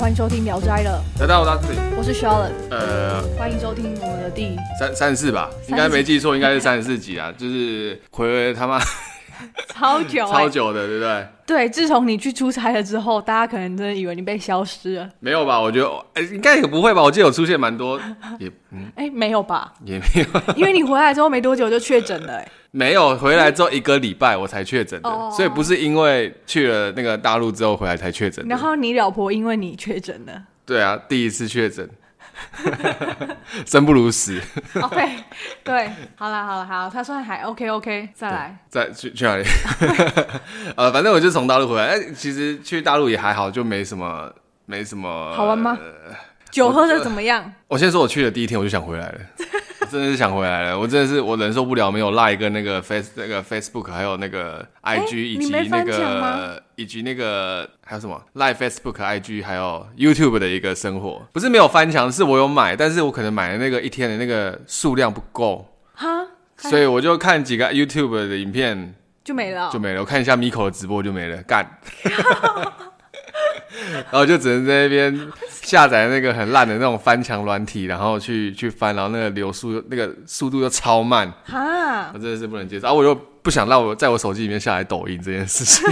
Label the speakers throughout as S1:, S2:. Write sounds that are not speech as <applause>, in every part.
S1: 欢迎收听《聊斋》了，
S2: 大家好，我是阿
S1: 我是 Charlotte，
S2: 呃，
S1: 欢迎收听我们的第
S2: 三三十四吧，
S1: 34
S2: 应该没记错，应该是三十
S1: <laughs>
S2: 四集啊，就是回违他妈
S1: 超久、欸、
S2: 超久的，对不对？
S1: 对，自从你去出差了之后，大家可能真的以为你被消失了，
S2: 没有吧？我觉得，哎、应该也不会吧？我记得有出现蛮多，也
S1: <laughs>
S2: 嗯
S1: 哎、没有吧？
S2: 也没有， <laughs>
S1: 因为你回来之后没多久就确诊了、哎，
S2: 没有回来之后一个礼拜我才确诊的，
S1: 哦
S2: 所以不是因为去了那个大陆之后回来才确诊
S1: 然
S2: 的。
S1: 后你老婆因为你确诊了，
S2: 对啊，第一次确诊， <laughs> 生不如死。
S1: <laughs> OK，对，好啦好啦好，他算还 OK OK，再来，
S2: 在去去哪里？ <laughs> 呃，反正我就从大陆回来。哎，其实去大陆也还好，就没什么，没什么
S1: 好玩吗？酒喝的怎么样？
S2: 呃我先说，我去的第一天我就想回来了，我真的是想回来了。我真的是我忍受不了没有 Line 跟那个 Face 那个 Facebook 还有那个 IG、以
S1: 哎你
S2: 及
S1: 没
S2: 那
S1: 分享吗
S2: 个以及那个还有什么 Line Facebook IG 还有 YouTube 的一个生活，不是没有翻墙，是我有买，但是我可能买的那个一天的那个数量不够，
S1: 哈，
S2: 所以我就看几个 YouTube 的影片
S1: 就没了哦、
S2: 就没了。我看一下 Miko 的直播就没了，干。 <laughs> 然后就只能在那边下载那个很烂的那种翻墙软体，然后去去翻，然后那个流速那个速度又超慢，
S1: 哈
S2: 我，真的是不能接受。啊，我又不想让我在我手机里面下载抖音这件事情，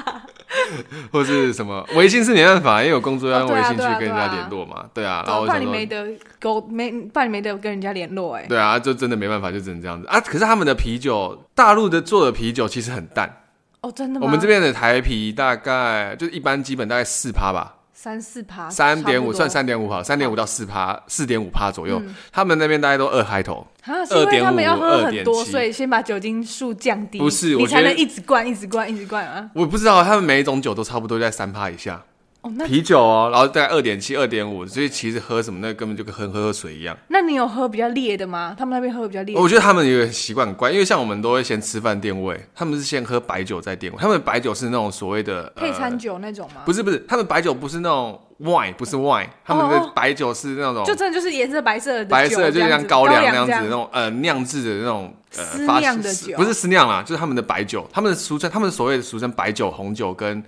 S2: <laughs> 或是什么微信是没办法，因为我工作要用
S1: 哦对
S2: 微
S1: 啊
S2: 信去
S1: 对啊
S2: 跟人
S1: 对
S2: 家
S1: 啊
S2: 联络嘛，对啊。然后
S1: 不
S2: 我想
S1: 然
S2: 说
S1: 你没得沟没，不然你没得跟人家联络、哎，
S2: 对啊，就真的没办法，就只能这样子啊。可是他们的啤酒，大陆的做的啤酒其实很淡。
S1: 哦，真的吗？
S2: 我们这边的台啤大概就是一般基本大概四趴吧，
S1: 三四趴，
S2: 三点五
S1: 啊差不多嗯
S2: 算三点五好，三点五到四趴，四点五趴左右。他们那边大概都二开头，
S1: 啊，是因为他们要喝很多，
S2: 2.5
S1: 所以先把酒精数降低，
S2: 不是
S1: 你
S2: 我觉
S1: 才
S2: 得
S1: 能一直灌、一直灌、一直灌啊。
S2: 我不知道他们每一种酒都差不多在三趴以下，
S1: 哦，那
S2: 啤酒哦，然后大概二点七、二点五，所以其实喝什么那根本就跟喝喝水一样。
S1: 那你有喝比较烈的吗？他们那边喝比较烈，
S2: 我觉得他们有点习惯很怪，因为像我们都会先吃饭垫位，他们是先喝白酒再垫位，他们白酒是那种所谓的、呃
S1: 配餐酒那种吗？
S2: 不是不是，他们白酒不是那种 wine，不是 wine，他们
S1: 哦
S2: 的
S1: 哦
S2: 白酒是那种
S1: 就真的就是颜色白色的酒，
S2: 白色的就
S1: 这样
S2: 像
S1: 子
S2: 高
S1: 高
S2: 粱那
S1: 样
S2: 子那种呃酿制的那种呃
S1: 私
S2: 发
S1: 酿的
S2: 是
S1: 酒
S2: 不是私酿啦，就是他们的白酒，他们的俗称，他们所谓的俗称白酒、红酒跟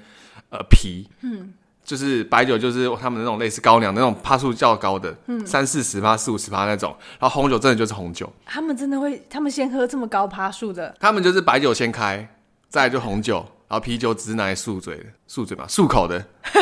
S2: 呃啤，嗯，就是白酒就是他们那种类似高粱那种趴数较高的，嗯，三四十趴、四五十趴那种，然后红酒真的就是红酒，
S1: 他们真的会，他们先喝这么高趴数的，
S2: 他们就是白酒先开，再来就红酒，然后啤酒只是拿来漱嘴的，漱嘴嘛，漱口的， <laughs>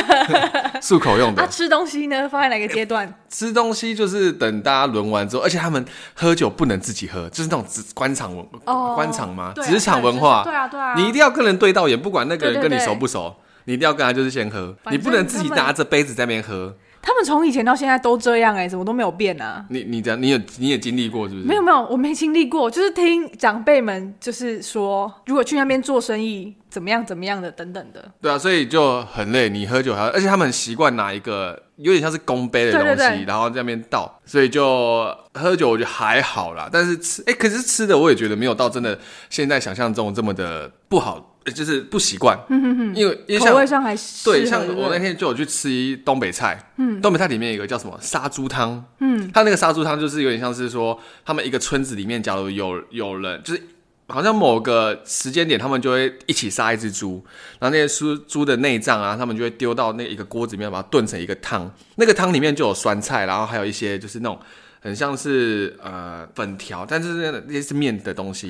S2: 漱口用的
S1: 啊，。吃东西呢放在哪个阶段？
S2: 吃东西就是等大家轮完之后，而且他们喝酒不能自己喝，就是那种职官场文、
S1: 哦，
S2: 官场嘛，
S1: 对啊
S2: 职场文化，
S1: 对啊对啊，
S2: 你一定要跟人对到眼，不管那个人
S1: 对对
S2: 跟
S1: 对
S2: 你熟不熟，你一定要跟他就是先喝，
S1: 反正
S2: 你不能自己拿着杯子在那边喝。
S1: 他们从以前到现在都这样哎、怎么都没有变啊？
S2: 你你这样，你有你也经历过是不是？
S1: 没有没有，我没经历过，就是听长辈们就是说，如果去那边做生意，怎么样怎么样的等等的。
S2: 对啊，所以就很累。你喝酒还要，而且他们很习惯拿一个有点像是公杯的东西，
S1: 对对对
S2: 然后在那边倒，所以就喝酒我觉得还好啦。但是吃，哎、可是吃的我也觉得没有到真的现在想象中这么的不好，呃就是不习惯。嗯哼哼，因为因为
S1: 口味
S2: 像
S1: 上还适合
S2: 对，像
S1: 不
S2: 我那天就有去吃一东北菜，嗯，东北菜里面有一个叫什么杀猪汤，嗯，它那个杀猪汤就是有点像是说，他们一个村子里面，假如有有人就是。好像某个时间点，他们就会一起杀一只猪，然后那些猪猪的内脏啊，他们就会丢到那一个锅子里面，把它炖成一个汤。那个汤里面就有酸菜，然后还有一些就是那种很像是呃粉条，但是那个那是面的东西，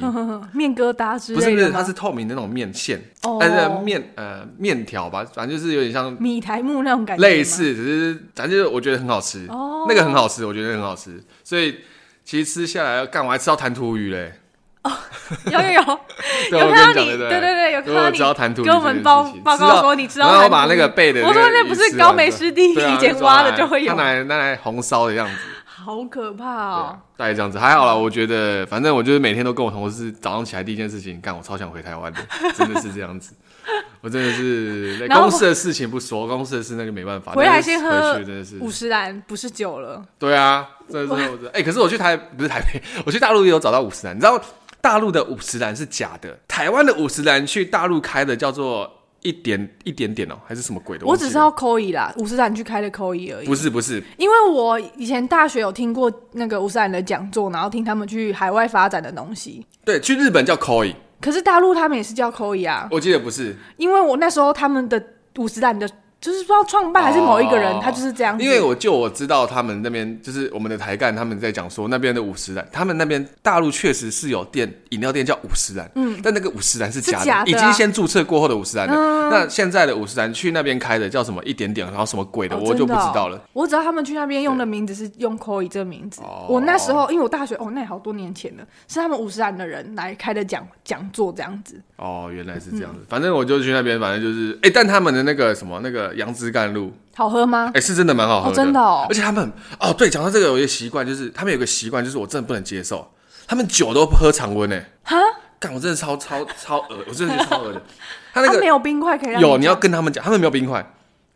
S1: 面疙瘩之
S2: 不是
S1: 类
S2: 不
S1: 的
S2: 是，
S1: 吗？
S2: 它是透明的那种面线，
S1: 哦
S2: 但是面呃面条吧，反正就是有点像
S1: 米苔木那种感觉吗，
S2: 类似，只是反正就是我觉得很好吃，
S1: 哦
S2: 那个很好吃，我觉得很好吃，所以其实吃下来，干我还吃到弹涂鱼
S1: <laughs>
S2: 嘞，
S1: 有有有，
S2: 对，
S1: 有
S2: 我跟
S1: 看到
S2: 你讲
S1: 你，
S2: 对
S1: 对对对有看到
S2: 我
S1: 你
S2: 知道弹涂鱼
S1: 跟我
S2: 这件
S1: 们
S2: 事
S1: 报
S2: 情
S1: 报
S2: 吃
S1: 告
S2: 到
S1: 说你知道
S2: 然后
S1: 弹
S2: 我把
S1: 涂
S2: 那个
S1: 鱼
S2: 贝的个
S1: 我
S2: 鱼
S1: 说
S2: 吃完之后，
S1: 那不是高美湿地
S2: 对啊
S1: 以前挖的就会有
S2: 他拿来拿来红烧的样子，
S1: 好可怕
S2: 对
S1: 哦
S2: 啊。大概这样子，还好啦，我觉得反正我就是每天都跟我同事早上起来第一件事情，干我超想回台湾的，真的是这样子。我真的是
S1: <laughs> 然后
S2: 公司的事情不说，公啊司的事那就没办法。
S1: 回来
S2: 但是
S1: 先喝
S2: 回去真的是
S1: 五十兰不是酒了，
S2: 对啊，这是我知道。哎、可是我去台不是台北， <laughs> 我去大陆也有找到五十岚，你知道大陆的五十岚是假的，台湾的五十岚去大陆开的叫做一点一点点哦、还是什么鬼的？
S1: 我只
S2: 忘
S1: 知
S2: 记了
S1: 道扣一啦，五十兰去开的扣一而已
S2: 不。是不是，
S1: 因为我以前大学有听过那个五十兰的讲座，然后听他们去海外发展的东西。
S2: 对，去日本叫 koi，
S1: 可是大陆他们也是叫扣一啊，
S2: 我记得不是，
S1: 因为我那时候他们的五十兰的就是不知道创办还是某一个人，
S2: 哦
S1: 他就是这样子。
S2: 因为我就我知道他们那边就是我们的台干，他们在讲说那边的五十岚，他们那边大陆确实是有店饮料店叫五十岚，嗯，但那个五十岚是假的，
S1: 是假的啊嗯
S2: 已经先注册过后的五十岚了。那现在的五十岚去那边开的叫什么一点点，然后什么鬼的，
S1: 哦
S2: 我就不知道。
S1: 真的
S2: 了
S1: 哦。我只知道他们去那边用的名字是用 Koi 这个名字。
S2: 哦
S1: 我那时候因为我大学哦，那也好多年前了，是他们五十岚的人来开的讲讲座这样子。
S2: 哦，原来是这样子。反正我就去那边，反正就是，哎、但他们的那个什么那个杨枝甘露，
S1: 好喝吗
S2: 哎、？是真的蛮好喝
S1: 哦真的哦
S2: 而且他们哦，对，讲到这个，有一个习惯，就是他们有个习惯，就是我真的不能接受，他们酒都不喝常温诶。
S1: 哈，
S2: 干，我真的超超超恶，我真的觉得超恶的。
S1: <laughs> 他
S2: 他哎那个
S1: 啊没有冰块可以让
S2: 有，你
S1: 你
S2: 要跟他们讲，他们没有冰块。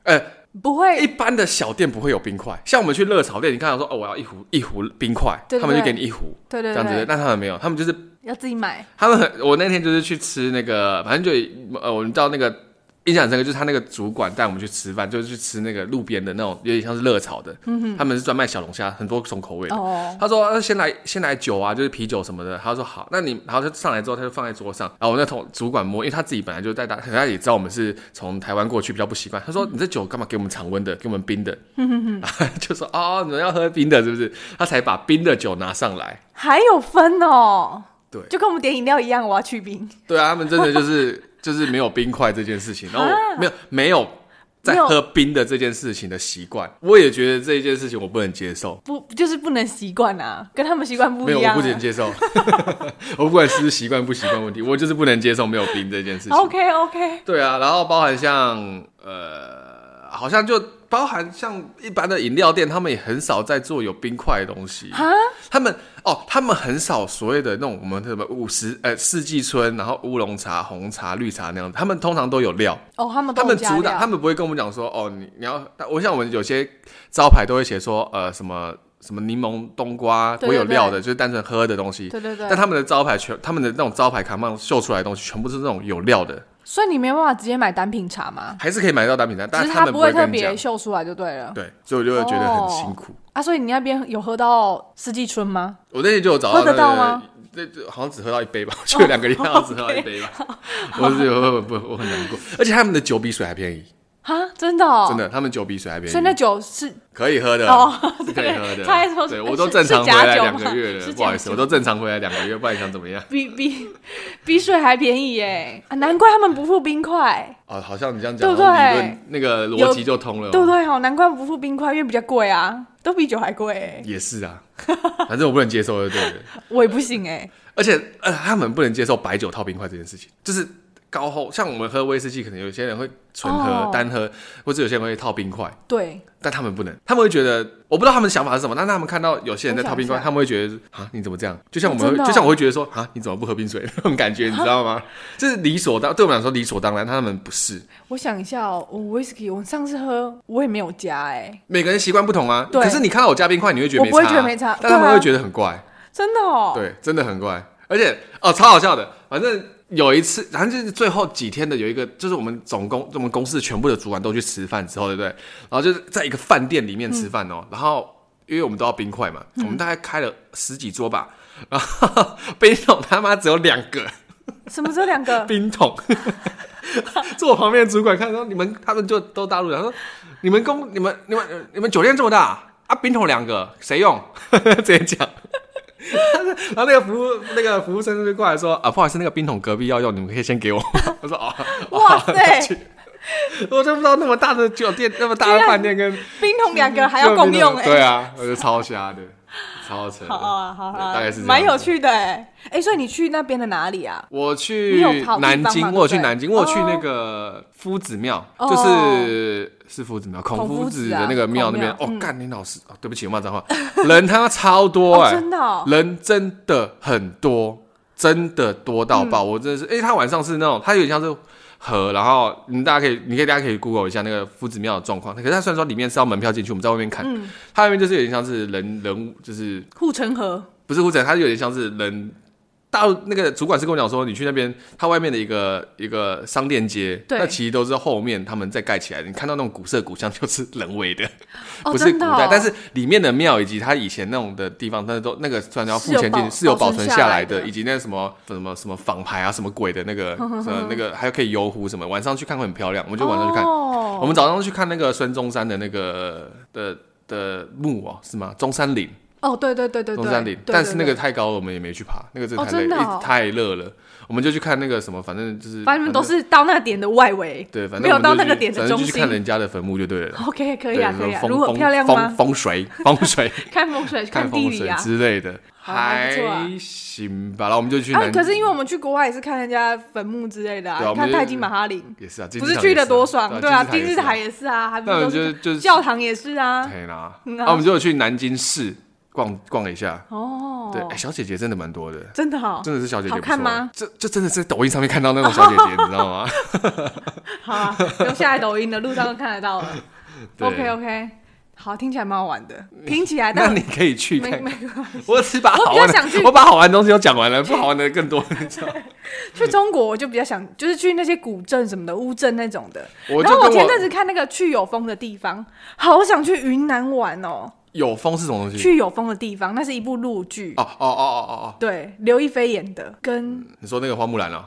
S2: 呃，
S1: 不会
S2: 一般的小店不会有冰块，像我们去热炒店，你看到说哦，我要一壶一壶冰块，
S1: 对对
S2: 他们就
S1: 对
S2: 给你一壶，
S1: 对对
S2: 这样子
S1: 对
S2: 的。但他们没有，他们就是
S1: 要自己买
S2: 他们很，我那天就是去吃那个，反正就呃，我们到那个印象很深刻，就是他那个主管带我们去吃饭，就是去吃那个路边的那种有点像是热炒的，他们是专卖小龙虾，很多种口味的。
S1: 哦。
S2: 他说：“那啊先来先来酒啊，就是啤酒什么的。”他说：“好，那你，然后他上来之后，他就放在桌上。然后我那同主管摸，因为他自己本来就在大，可能他也知道我们是从台湾过去，比较不习惯。他说：‘你这酒干嘛给我们常温的，给我们冰的？’然后 <laughs> 就说：‘哦，你们要喝冰的，是不是？’他才把冰的酒拿上来。
S1: 还有分哦，
S2: 对
S1: 就跟我们点饮料一样，我要去冰，
S2: 对啊，他们真的就是 <laughs> 就是没有冰块这件事情，然后我没有没有在
S1: 啊没有
S2: 喝冰的这件事情的习惯，我也觉得这一件事情我不能接受，
S1: 不就是不能习惯啊，跟他们习惯不
S2: 没有
S1: 一
S2: 我
S1: 样、
S2: 不能接受， <laughs> 我不管是不是习惯不习惯问题，我就是不能接受没有冰这件事情。
S1: OK OK，
S2: 对啊，然后包含像呃，好像就包含像一般的饮料店，他们也很少在做有冰块的东西。
S1: 哈，
S2: 他们哦，他们很少所谓的那种我们什么五十呃四季春，然后乌龙茶、红茶、绿茶那样子，他们通常都有料。
S1: 哦，他们都有
S2: 他们
S1: 加
S2: 主打，
S1: 料
S2: 他们不会跟我们讲说哦，你你要，但我像我们有些招牌都会写说呃什么什么柠檬冬瓜
S1: 对
S2: 不会有
S1: 对对
S2: 料的，就是单纯喝的东西。
S1: 对对对
S2: 但，他们的招牌全，他们的那种招牌扛棒秀出来的东西，全部是那种有料的，
S1: 所以你没有办法直接买单品茶吗？
S2: 还是可以买得到单品单，但
S1: 只
S2: 是
S1: 是
S2: 他们
S1: 不
S2: 不
S1: 会
S2: 会
S1: 特
S2: 跟你
S1: 别
S2: 讲。
S1: 秀出来就对了。
S2: 对，所以我就会觉得
S1: 哦
S2: 很辛苦。
S1: 啊，所以你那边有喝到四季春吗？
S2: 我那天就有找到、
S1: 喝
S2: 那
S1: 得
S2: 个，
S1: 到吗
S2: 那就好像只喝到一杯吧， <laughs> 我觉得两个礼拜好像只喝到一杯吧。
S1: 哦
S2: <laughs> 我是我不我很难过，而且他们的酒比水还便宜，
S1: 哈，真的、哦，
S2: 真。的，他们酒比水还便宜，
S1: 所以那酒是
S2: 可以喝的
S1: 哦
S2: 是可以喝的。
S1: 对他还说
S2: 对
S1: 是
S2: 我都
S1: 是
S2: 正常
S1: 是
S2: 回
S1: 假
S2: 来
S1: 酒
S2: 两
S1: 吗
S2: 个月了，
S1: 是
S2: 不好意
S1: 假
S2: 思，
S1: 酒
S2: 我都正常回来两个月，不然你想
S1: <laughs>
S2: 怎么样？
S1: 比比比水还便宜耶、啊，难怪他们不付冰块，
S2: 哦，好像你这样讲，
S1: 对不对
S2: 好像理论那个逻
S1: 有
S2: 辑就通了哦，
S1: 对不对哦？难怪不付冰块，因为比较贵啊，都比酒还贵耶、
S2: 也是啊，反正我不能接受就对了。
S1: 我也不行哎、
S2: 而且呃，他们不能接受白酒套冰块这件事情，就是高厚，像我们喝威士忌，可能有些人会纯喝、
S1: 哦
S2: 单喝，或者有些人会套冰块，
S1: 对，
S2: 但他们不能，他们会觉得，我不知道他们的想法是什么，但他们看到有些人在
S1: 我
S2: 套
S1: 想
S2: 冰
S1: 一
S2: 块，
S1: 下
S2: 他们会觉得啊，你怎么这样？就像我们
S1: 哦
S2: 会，
S1: 真的哦
S2: 就像我会觉得说啊，你怎么不喝冰水那种感觉，你知道吗？这是理所当，对我们来说理所当然，他们不是，
S1: 我想一下哦，我 whisky 我上次喝我也没有加哎、
S2: 每个人习惯不同啊。
S1: 对
S2: 可是你看到我加冰块，你会觉得没差、
S1: 我不会觉得没差
S2: 但他
S1: 对
S2: 们
S1: 啊
S2: 会觉得很怪。
S1: 真的哦。
S2: 对，真的很怪，而且哦，超好笑的。反正有一次，反正就是最后几天的有一个，就是我们总公我们公司全部的主管都去吃饭之后，对不对？然后就是在一个饭店里面吃饭哦，然后因为我们都要冰块嘛，我们大概开了十几桌吧，然后 <laughs> 冰桶他妈只有两个
S1: 什么这两个？
S2: <laughs> 冰桶。坐我旁边的主管看说：“你们他们就都大陆人，他说你们公你们你们你们酒店这么大啊，冰桶两个谁用？” <laughs> 直接讲。 <laughs> 然后那个服务那个服务生就过来说：“啊，不好意思，那个冰桶隔壁要用，你们可以先给我。” <laughs> 我说：“哦，
S1: 哇塞，
S2: <laughs> 我就不知道那么大的酒店、那么大的饭店跟
S1: 冰桶两个还要共用哎、
S2: 对啊，我就超瞎的，超扯的。
S1: 好啊，好啊，
S2: 对大概是这样
S1: 蛮有
S2: 子
S1: 趣的哎、哎、所以你去那边的哪里啊？
S2: 我
S1: 你
S2: 去
S1: 有跑地方吗
S2: 南京，我有去南京，
S1: 对
S2: 我
S1: 不
S2: 有
S1: 对
S2: 去那个夫子庙，
S1: 哦
S2: 就是是夫子庙，孔
S1: 孔夫
S2: 夫
S1: 子
S2: 子
S1: 啊
S2: 的那个庙那
S1: 孔
S2: 边
S1: 庙。
S2: 哦，
S1: 嗯
S2: 干林老师，哦对不起，我骂脏话， <laughs> 人他妈超多
S1: 哦，
S2: 哎，
S1: 真的、哦，
S2: 人真的很多，真的多到爆，
S1: 嗯
S2: 我真的是，因为他晚上是那种，他有点像是。河，然后你大家可以，你可以大家可以 Google 一下那个夫子庙的状况。可是它虽然说里面是要门票进去，我们在外面看，
S1: 嗯
S2: 它外面就是有点像是人人，就是
S1: 护城河
S2: 不是护城，它有点像是人大陆那个主管是跟我讲说，你去那边，它外面的一个一个商店街，
S1: 对
S2: 那其实都是后面他们再盖起来的。你看到那种古色古香， <laughs> 就是人为的，
S1: 哦，
S2: 不是
S1: 真
S2: 古
S1: 的
S2: 代。
S1: 哦、
S2: 但是里面的庙以及它以前那种的地方，那都那个虽然要付钱进去，
S1: 是
S2: 是
S1: 有
S2: 有
S1: 保
S2: 保
S1: 存
S2: 存
S1: 下
S2: 下
S1: 来
S2: 来
S1: 的
S2: 的，以及那什么什么什么仿牌啊，什么鬼的
S1: <laughs>
S2: 那个，什么那个还可以游湖什么，晚上去看会很漂亮。我们就晚上去看，
S1: 哦、
S2: 我们早上去看那个孙中山的那个的的墓哦，是吗？中山陵。
S1: 哦，对对对对对，
S2: 中山岭
S1: 对，对
S2: 但是那个
S1: 对
S2: 太高了，我们也没去爬，那个真的
S1: 哦
S2: 太累
S1: 真的
S2: 了，一
S1: 哦
S2: 直太热了，我们就去看那个什么，反正就是
S1: 反正你们都是到那个点的外围。
S2: 对，反正
S1: 没有
S2: 我们就
S1: 到那个
S2: 去
S1: 点的
S2: 反正
S1: 中
S2: 就去
S1: 心
S2: 看人家的坟墓就对了。
S1: OK，可以
S2: 对
S1: 啊，可以啊。
S2: 风
S1: 如果
S2: 风
S1: 漂亮
S2: 风
S1: 吗？
S2: 风水， <laughs> 风水，
S1: <laughs> 看风水，
S2: 看
S1: 地
S2: 风
S1: 理
S2: 水
S1: 啊。
S2: 之类的，
S1: 好还不错啊
S2: 还行吧。然后我们就去
S1: 啊，
S2: 南，
S1: 可是因为我们去国外也是看人家坟墓之类的
S2: 对
S1: 啊，
S2: 啊我
S1: 你
S2: 们
S1: 看
S2: 就
S1: 泰姬玛哈陵，
S2: 也是啊，金
S1: 不
S2: 字
S1: 是
S2: 塔
S1: 去
S2: 也
S1: 的
S2: 是
S1: 多爽，对啊，金字
S2: 也是
S1: 塔也是啊，还不
S2: 那
S1: 是
S2: 我
S1: 都
S2: 们
S1: 是
S2: 就就是哎
S1: 教堂也是啊，
S2: 对啦。
S1: 嗯啊
S2: 然后我们就有去南京市逛逛了一下，
S1: 哦，
S2: 对，哎小姐姐真的蛮多的。
S1: <laughs> 真的哦好，
S2: 真的是小姐姐
S1: 好
S2: 不
S1: 看
S2: 错啊
S1: 吗？
S2: 这这真的是抖音上面看到那种小姐
S1: <laughs>
S2: 姐，你知道吗？
S1: 好
S2: <laughs>
S1: 啊，留下来抖音的路上都看得到了。
S2: 对
S1: OK OK，好，听起来蛮好玩的，听起来
S2: 那
S1: 哎但
S2: 你可以去
S1: 没
S2: 看
S1: 没
S2: 看。我只把
S1: 我比
S2: 好
S1: 较
S2: 玩的
S1: 想去，
S2: 我把好玩的东西都讲完了，不好玩的更多。
S1: 去中国，我就比较想就是去那些古镇什么的、乌镇那种的。
S2: 我
S1: 然后
S2: 就
S1: 我
S2: 跟
S1: 前
S2: 我
S1: 阵子看那个去有风的地方，好想去云南玩哦。
S2: 有风是什么东西？
S1: 去有风的地方，那是一部陆剧，
S2: 哦哦哦哦哦哦，
S1: 对，刘亦菲演的，跟
S2: 你说那个花木兰哦。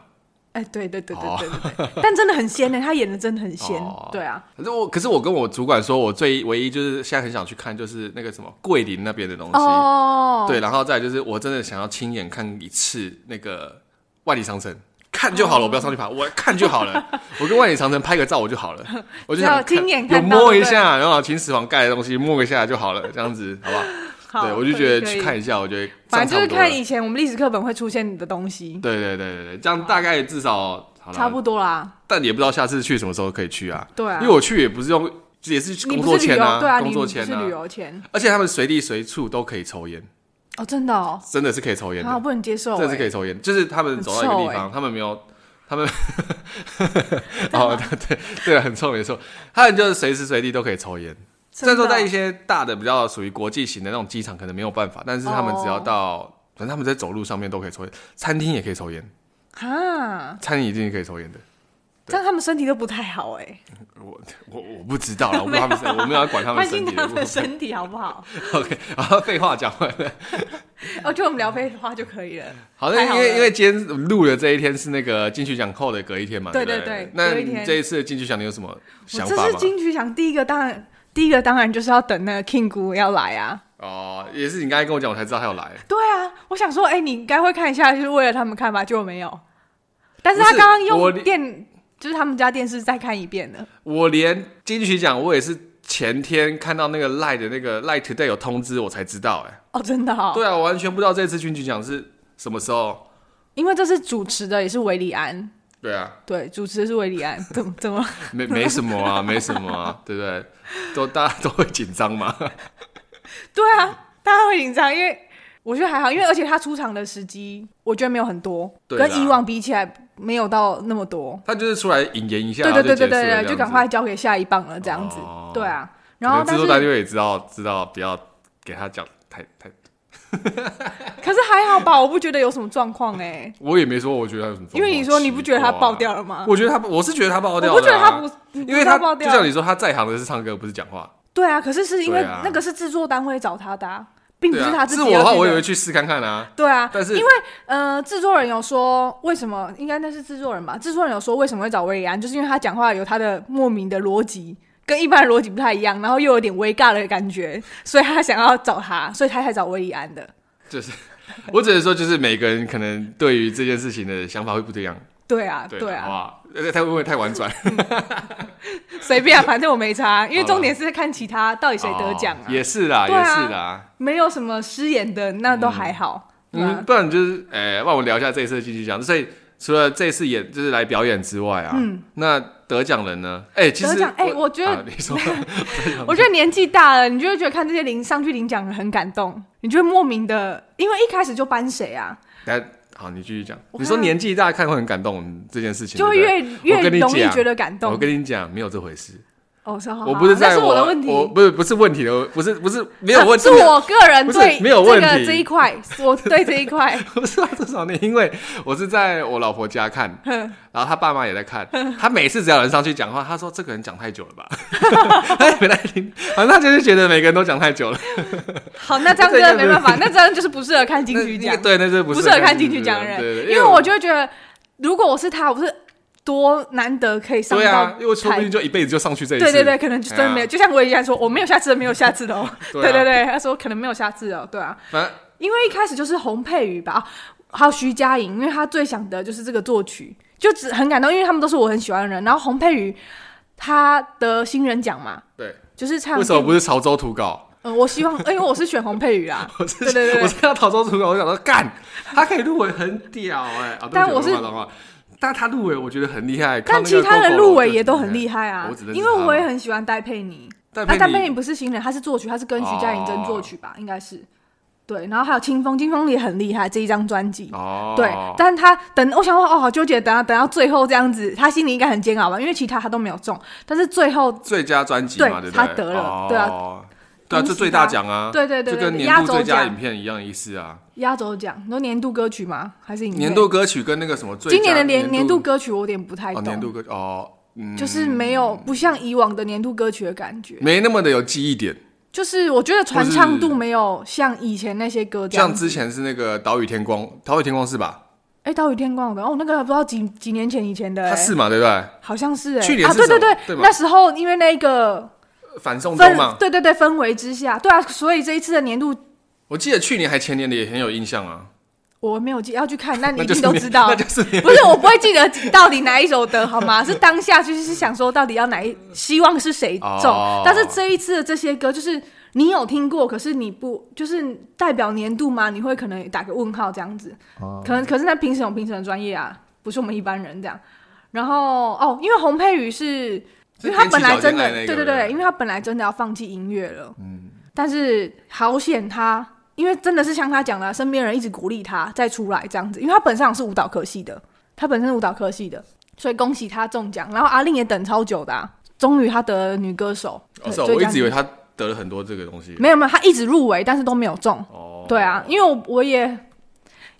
S1: 哎、对对对对
S2: 哦
S1: 对对对， <laughs> 但真的很仙呢、她演的真的很仙，
S2: 哦
S1: 对啊，
S2: 可是我，可是我跟我主管说，我最唯一就是现在很想去看，就是那个什么桂林那边的东西。
S1: 哦，
S2: 对，然后再来就是我真的想要亲眼看一次那个万里长城。看就好了，我不要上去
S1: 哦
S2: 爬，我看就好
S1: <laughs>
S2: 了。我跟万里长城拍个照我就好了，我就
S1: 只要
S2: 想看
S1: 亲眼
S2: 有
S1: 看到
S2: 摸一
S1: 对
S2: 下，然后秦始皇盖的东西摸一下就好了，这样子好不好？
S1: 好，
S2: 对，我就觉得
S1: 可以
S2: 去，
S1: 可以
S2: 看一下，我觉得
S1: 反正就是
S2: 这样差不多了
S1: 看以前我们历史课本会出现的东西，
S2: 对对对对对，这样大概至少好了
S1: 差不多啦，
S2: 但也不知道下次去什么时候可以去啊。
S1: 对啊，
S2: 因为我去也不是用，也是
S1: 你
S2: 工
S1: 不
S2: 作
S1: 是旅
S2: 签
S1: 游，对啊，
S2: 工
S1: 你
S2: 作
S1: 不
S2: 签
S1: 是旅
S2: 啊，
S1: 游签，
S2: 而且他们随地随处都可以抽烟，
S1: 哦，真的哦，
S2: 真的是可以抽烟
S1: 啊，我
S2: 的，
S1: 不能接受、
S2: 真的是可
S1: 以，
S2: 以抽烟。就是他们走到一
S1: 很臭欸
S2: 个地方，他们没有，他
S1: <laughs>
S2: 们哦，对对对啊，很臭没错，他们就是随时随地都可以抽烟。虽然说在一
S1: 起，
S2: 些大的比较属于国际型的那种机场可能没有办法，但是他们只要
S1: 哦
S2: 到，反正他们在走路上面都可以抽烟，餐厅也可以抽烟，
S1: 哈，
S2: 餐厅一定可以抽烟的。
S1: 这样他们身体都不太好哎、
S2: 我 <laughs> 我我不知道了，我不知道他们 <laughs> 身，我没有要管他们
S1: 关
S2: 身
S1: 心
S2: 体
S1: 他
S2: 的
S1: 们的
S2: 部分。
S1: 身体好不好？ <laughs>
S2: OK，然后废话讲完了。
S1: 我觉得我们聊废话就可以了。
S2: <laughs> 好，
S1: 太
S2: 那
S1: 好
S2: 因为
S1: 了
S2: 因为今天录的这一天是那个金曲奖后的隔一天嘛，
S1: 对
S2: 对
S1: 对
S2: 不
S1: 对
S2: 那
S1: 隔一天
S2: 你这一次的金曲奖你有什么
S1: 我
S2: 想
S1: 这
S2: 法
S1: 是
S2: 吗？
S1: 金曲奖第一个，当然第一个当然就是要等那个 King 姑要来啊。
S2: 哦，也是你刚才跟我讲，我才知道他有来。
S1: 对啊，我想说，哎、你应该会看一下，就是为了他们看吧，结果没有。但是他
S2: 不是
S1: 刚刚
S2: 我
S1: 用电，就是他们家电视再看一遍了。
S2: 我连金曲奖我也是前天看到那个赖的那个赖 Today 有通知我才知道、哎，
S1: 哦，真的哦，
S2: 对啊，我完全不知道这次金曲奖是什么时候。
S1: 因为这是主持的，也是维里安，
S2: 对啊，
S1: 对，主持的是维里安，怎么怎么了？
S2: 没没什么啊，没什么啊，对不对？都大家都会紧张嘛。
S1: 对啊，大家会紧张，因为我觉得还好，因为而且他出场的时机，我觉得没有很多，
S2: 对啦
S1: 跟以往比起来，没有到那么多。
S2: 他就是出来引言一下，
S1: 对对对对
S2: 然后
S1: 对
S2: 啊结束了
S1: 对，就赶。
S2: 这样
S1: 快
S2: 子
S1: 交给下一棒了，这样子。
S2: 哦
S1: 对啊，
S2: 可
S1: 然后
S2: 能
S1: 但
S2: 制
S1: 是
S2: 作单位也知道，知道不要给他讲太太。
S1: 可是还好吧，我不觉得有什么状况
S2: <laughs>
S1: 哎，
S2: 我也没说，我觉得他有什么状况。
S1: 因为你说你不觉得他爆掉了
S2: 奇
S1: 吗
S2: 怪啊？？我觉得他，我是觉得他爆掉、啊。
S1: 我不觉得他不，
S2: 因为
S1: 他
S2: 他
S1: 爆
S2: 就
S1: 掉
S2: 像
S1: 了。
S2: 你说，他在行的是唱歌，不是讲话。
S1: 对啊，可是是因为
S2: 对啊
S1: 那个是制作单位找他的啊，并不
S2: 对
S1: 是
S2: 啊，
S1: 他自
S2: 是
S1: 己
S2: 我的
S1: 要
S2: 话，
S1: 去
S2: 我也
S1: 的
S2: 会去试看看啊。
S1: 对啊，
S2: 但是
S1: 因为呃，制作人有说为什么，应该那是制作人吧？制作人有说为什么会找维里安，就是因为他讲话有他的莫名的逻辑，跟一般的逻辑不太一样，然后又有点微尬的感觉，所以他想要找他，所以他才找维里安的。
S2: 就是， <laughs> 我只能说，就是每个人可能对于这件事情的想法会不一样。
S1: 对啊，
S2: 对
S1: 对啊，
S2: 哇，呃太会不会太婉转？
S1: 随便啊，反正我没差，因为重点是看其他到底谁得奖啊
S2: 哦，也是啦，
S1: 对啊
S2: 也是啦。
S1: 没有什么失言的，那都还好。对
S2: 嗯，
S1: 啊
S2: 不然就是，诶、让我们聊一下这一次的金曲奖。所以除了这次演就是来表演之外啊，嗯，那得奖人呢？哎、其实
S1: 得奖哎我觉得
S2: 啊、你
S1: <laughs>
S2: 说
S1: 我觉得年纪大了，你就会觉得看这些领上去领奖的很感动，你就会莫名的，因为一开始就颁谁啊，
S2: 来好，你继续讲。
S1: 我看
S2: 你说年纪大看会很感动这件事情，
S1: 就会
S2: 对不对
S1: 越越
S2: 我跟你
S1: 容易
S2: 讲
S1: 觉得感
S2: 我
S1: 动。
S2: 跟你讲，没有这回事。
S1: 哦，是好，
S2: 我不是
S1: 好那
S2: 在
S1: 是
S2: 我
S1: 的问题，
S2: 我不是不是问题的，不是不是没有
S1: 啊
S2: 问题，
S1: 是我个人
S2: 不是
S1: 对
S2: 没有
S1: 这
S2: 问
S1: 个
S2: 题
S1: 这一块，我对这一
S2: <laughs>
S1: 块，
S2: <laughs> 不是啊，至少你，因为我是在我老婆家看，
S1: 哼
S2: 然后她爸妈也在看，她每次只要有人上去讲话，她说这个人讲太久了吧， <laughs> 她也没在听，反正她就是觉得每个人都讲太久了。
S1: 好，那这样真的没办法，那真的就是不适合看金
S2: 那
S1: 曲
S2: 那
S1: 奖
S2: 个，对，那就不
S1: 不
S2: 适
S1: 适合看金曲
S2: 剧
S1: 奖的
S2: 的
S1: 人，
S2: 对对，
S1: 因为我就会觉得，如果我是他，我是多难得可以上
S2: 对
S1: 到
S2: 啊，因为说不
S1: 台
S2: 定就一辈子就上去这一次，
S1: 对对对，可能就真的没有，
S2: 哎呀
S1: 就像我以前说，我没有下次了，没有下次的哦。
S2: 对
S1: 对
S2: 啊
S1: 对对，他说可能没有下次了，对啊，
S2: 反正
S1: 因为一开始就是洪佩瑜吧，啊还有徐佳莹，因为她最想的就是这个作曲，就只很感动，因为他们都是我很喜欢的人。然后洪佩瑜她得新人奖嘛，
S2: 对，
S1: 就是唱
S2: 为什么
S1: 电
S2: 不是潮州土狗？，
S1: 嗯，我希望，因为我是选洪佩瑜啦
S2: <laughs> 我是
S1: 对对对
S2: 我是看到潮州土狗，我想说干，他可以入围很屌哎、啊，对不起
S1: 但我是
S2: 乱讲话但他入围我觉得很厉害，
S1: 但其他的入围也都很厉
S2: 害。
S1: 害啊
S2: 我只认，识
S1: 因为
S2: 他
S1: 我也
S2: 嘛
S1: 很喜欢戴佩妮。
S2: 戴
S1: 啊，
S2: 佩
S1: 戴
S2: 妮
S1: 佩妮不是新人，她是作曲，她是跟徐佳莹争作曲吧，应该是。对，然后还有清风，清风也很厉害，这一张专辑。
S2: 哦，
S1: 对，但他等，我想说，哦，好纠结，等到等到最后这样子，他心里应该很煎熬吧，因为其他他都没有中，但是最后，
S2: 最佳专辑嘛，
S1: 对
S2: 对不对？
S1: 他得了
S2: 哦
S1: 对
S2: 对啊，
S1: 恭喜
S2: 这最大奖啊，
S1: 对对对
S2: 就
S1: 对
S2: 跟
S1: 对
S2: 年
S1: 压
S2: 度
S1: 轴
S2: 最佳
S1: 奖
S2: 影片一样意思啊。
S1: 压轴奖，你说年度歌曲吗？还是影片
S2: 年度？歌曲跟那个什么最佳
S1: 今年的年
S2: 年
S1: 年度歌曲我有点不太
S2: 哦，
S1: 懂，
S2: 年度歌曲哦，嗯，
S1: 就是没有不像以往的年度歌曲的感觉，
S2: 没那么的有记忆点，
S1: 就是我觉得传
S2: 或是
S1: 唱度没有像以前那些歌这样
S2: 像
S1: 子。
S2: 之前是那个岛屿天光，岛屿天光是吧？
S1: 哎，岛屿天光，我跟哦，那个不知道几几年前以前的、
S2: 它
S1: 哎
S2: 是嘛，对不对？
S1: 好像是哎、
S2: 去年
S1: 啊，
S2: 是
S1: 对对
S2: 什么
S1: 对，
S2: 对吧
S1: 那时候因为那个
S2: 反送中
S1: 氛，
S2: 嘛，
S1: 对对对氛围之下，对啊，所以这一次的年度
S2: 我记得去年还前年的也很有印象啊。
S1: 我没有记要去看，那你
S2: 那
S1: 一
S2: 就是
S1: 定都知道
S2: 那。就是
S1: <laughs>
S2: 你
S1: 不是，我不会记得到底哪一首得好
S2: <laughs>
S1: 吗？是当下就是想说到底要哪一，希望是谁中。
S2: 哦
S1: 但是这一次的这些歌，就是你有听过，可是你不就是代表年度吗？你会可能打个问号这样子。
S2: 哦
S1: 可能可是那评审有评审的专业啊，不是我们一般人这样。然后哦，因为洪佩瑜是
S2: 是
S1: 因为他本来真
S2: 天
S1: 的
S2: 气小天籁那
S1: 对对
S2: 个对
S1: 对，
S2: 不对嗯
S1: 因为他本来真的要放弃音乐了。但是好险他，因为真的是像他讲的啊，身边人一直鼓励他再出来这样子，因为他本身好像是舞蹈科系的，他本身是舞蹈科系的，所以恭喜他中奖。然后阿令也等超久的、啊，终于他得了女歌手。
S2: 哦，
S1: 对
S2: 是哦
S1: 就这
S2: 我一
S1: 样
S2: 直以为
S1: 子
S2: 他得了很多这个东西。
S1: 没有没有，他一直入围，但是都没有中。
S2: 哦，
S1: 对啊，，因为我我也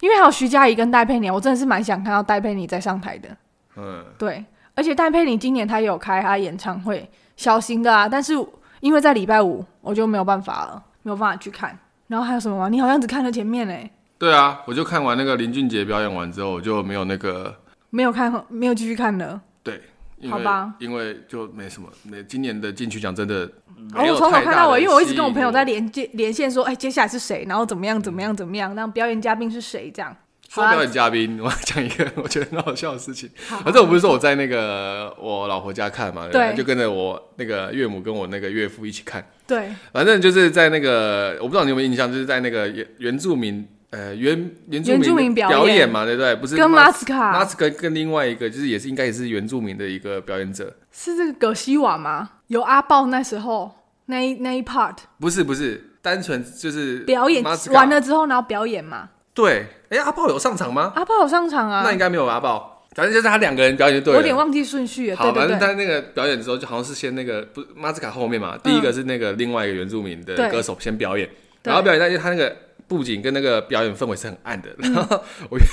S1: 因为还有徐佳怡跟戴佩妮，我真的是蛮想看到戴佩妮在上台的。
S2: 嗯，
S1: 对，而且戴佩妮今年她也有开她演唱会，小型的啊，但是因为在礼拜五，我就没有办法了，没有办法去看。然后还有什么吗？你好像只看了前面嘞、欸
S2: 对啊，我就看完那个林俊杰表演完之后，我就没有那个
S1: 没有看，没有继续看了。
S2: 对，因为
S1: 好吧
S2: 因为就没什么，没今年的金曲奖真的
S1: 然
S2: 没
S1: 后
S2: 有
S1: 哦我从头
S2: 太
S1: 看
S2: 大
S1: 到尾，
S2: 的
S1: 因为我一直
S2: 吸
S1: 跟我
S2: 引
S1: 朋友在连接连线说，哎，接下来是谁，然后怎么样怎么样怎么样，那表演嘉宾是谁这样。
S2: 嗯说
S1: 好啊
S2: 表演嘉宾，我要讲一个 <laughs> 我觉得很好笑的事情。
S1: 好
S2: 反正我不是说我在那个我老婆家看嘛，
S1: 对
S2: 就跟着我那个岳母跟我那个岳父一起看。
S1: 对，
S2: 反正就是在那个，我不知道你有没有印象，就是在那个原原住民呃原原住
S1: 原住
S2: 民
S1: 民
S2: 的
S1: 表
S2: 表
S1: 演
S2: 演嘛，对不对？不是
S1: 跟马
S2: 马
S1: 斯
S2: 马
S1: 卡
S2: 斯跟跟另外一个就是也是应该也是原住民的一个表演者，
S1: 是这个葛西瓦吗？有阿豹那时候那一那一 part
S2: 不是不是，单纯就是
S1: 表演
S2: Masca
S1: 完了之后，然后表演嘛。
S2: 对，哎阿豹有上场吗？
S1: 阿豹有上场啊
S2: 那，应该没有吧阿豹，反正就是他两个人表演就对
S1: 我有
S2: 了。
S1: 点忘记顺序了。
S2: 好，
S1: 对
S2: 反
S1: 对对，
S2: 正
S1: 嗯
S2: 他那个表演的时候，就好像是先那个不马斯卡后面嘛，第一个是那个另外一个原住民的
S1: 对
S2: 歌手先表演，
S1: 对
S2: 然后表演，但是他那个布景跟那个表演氛围是很暗的。
S1: 嗯
S2: 然后我岳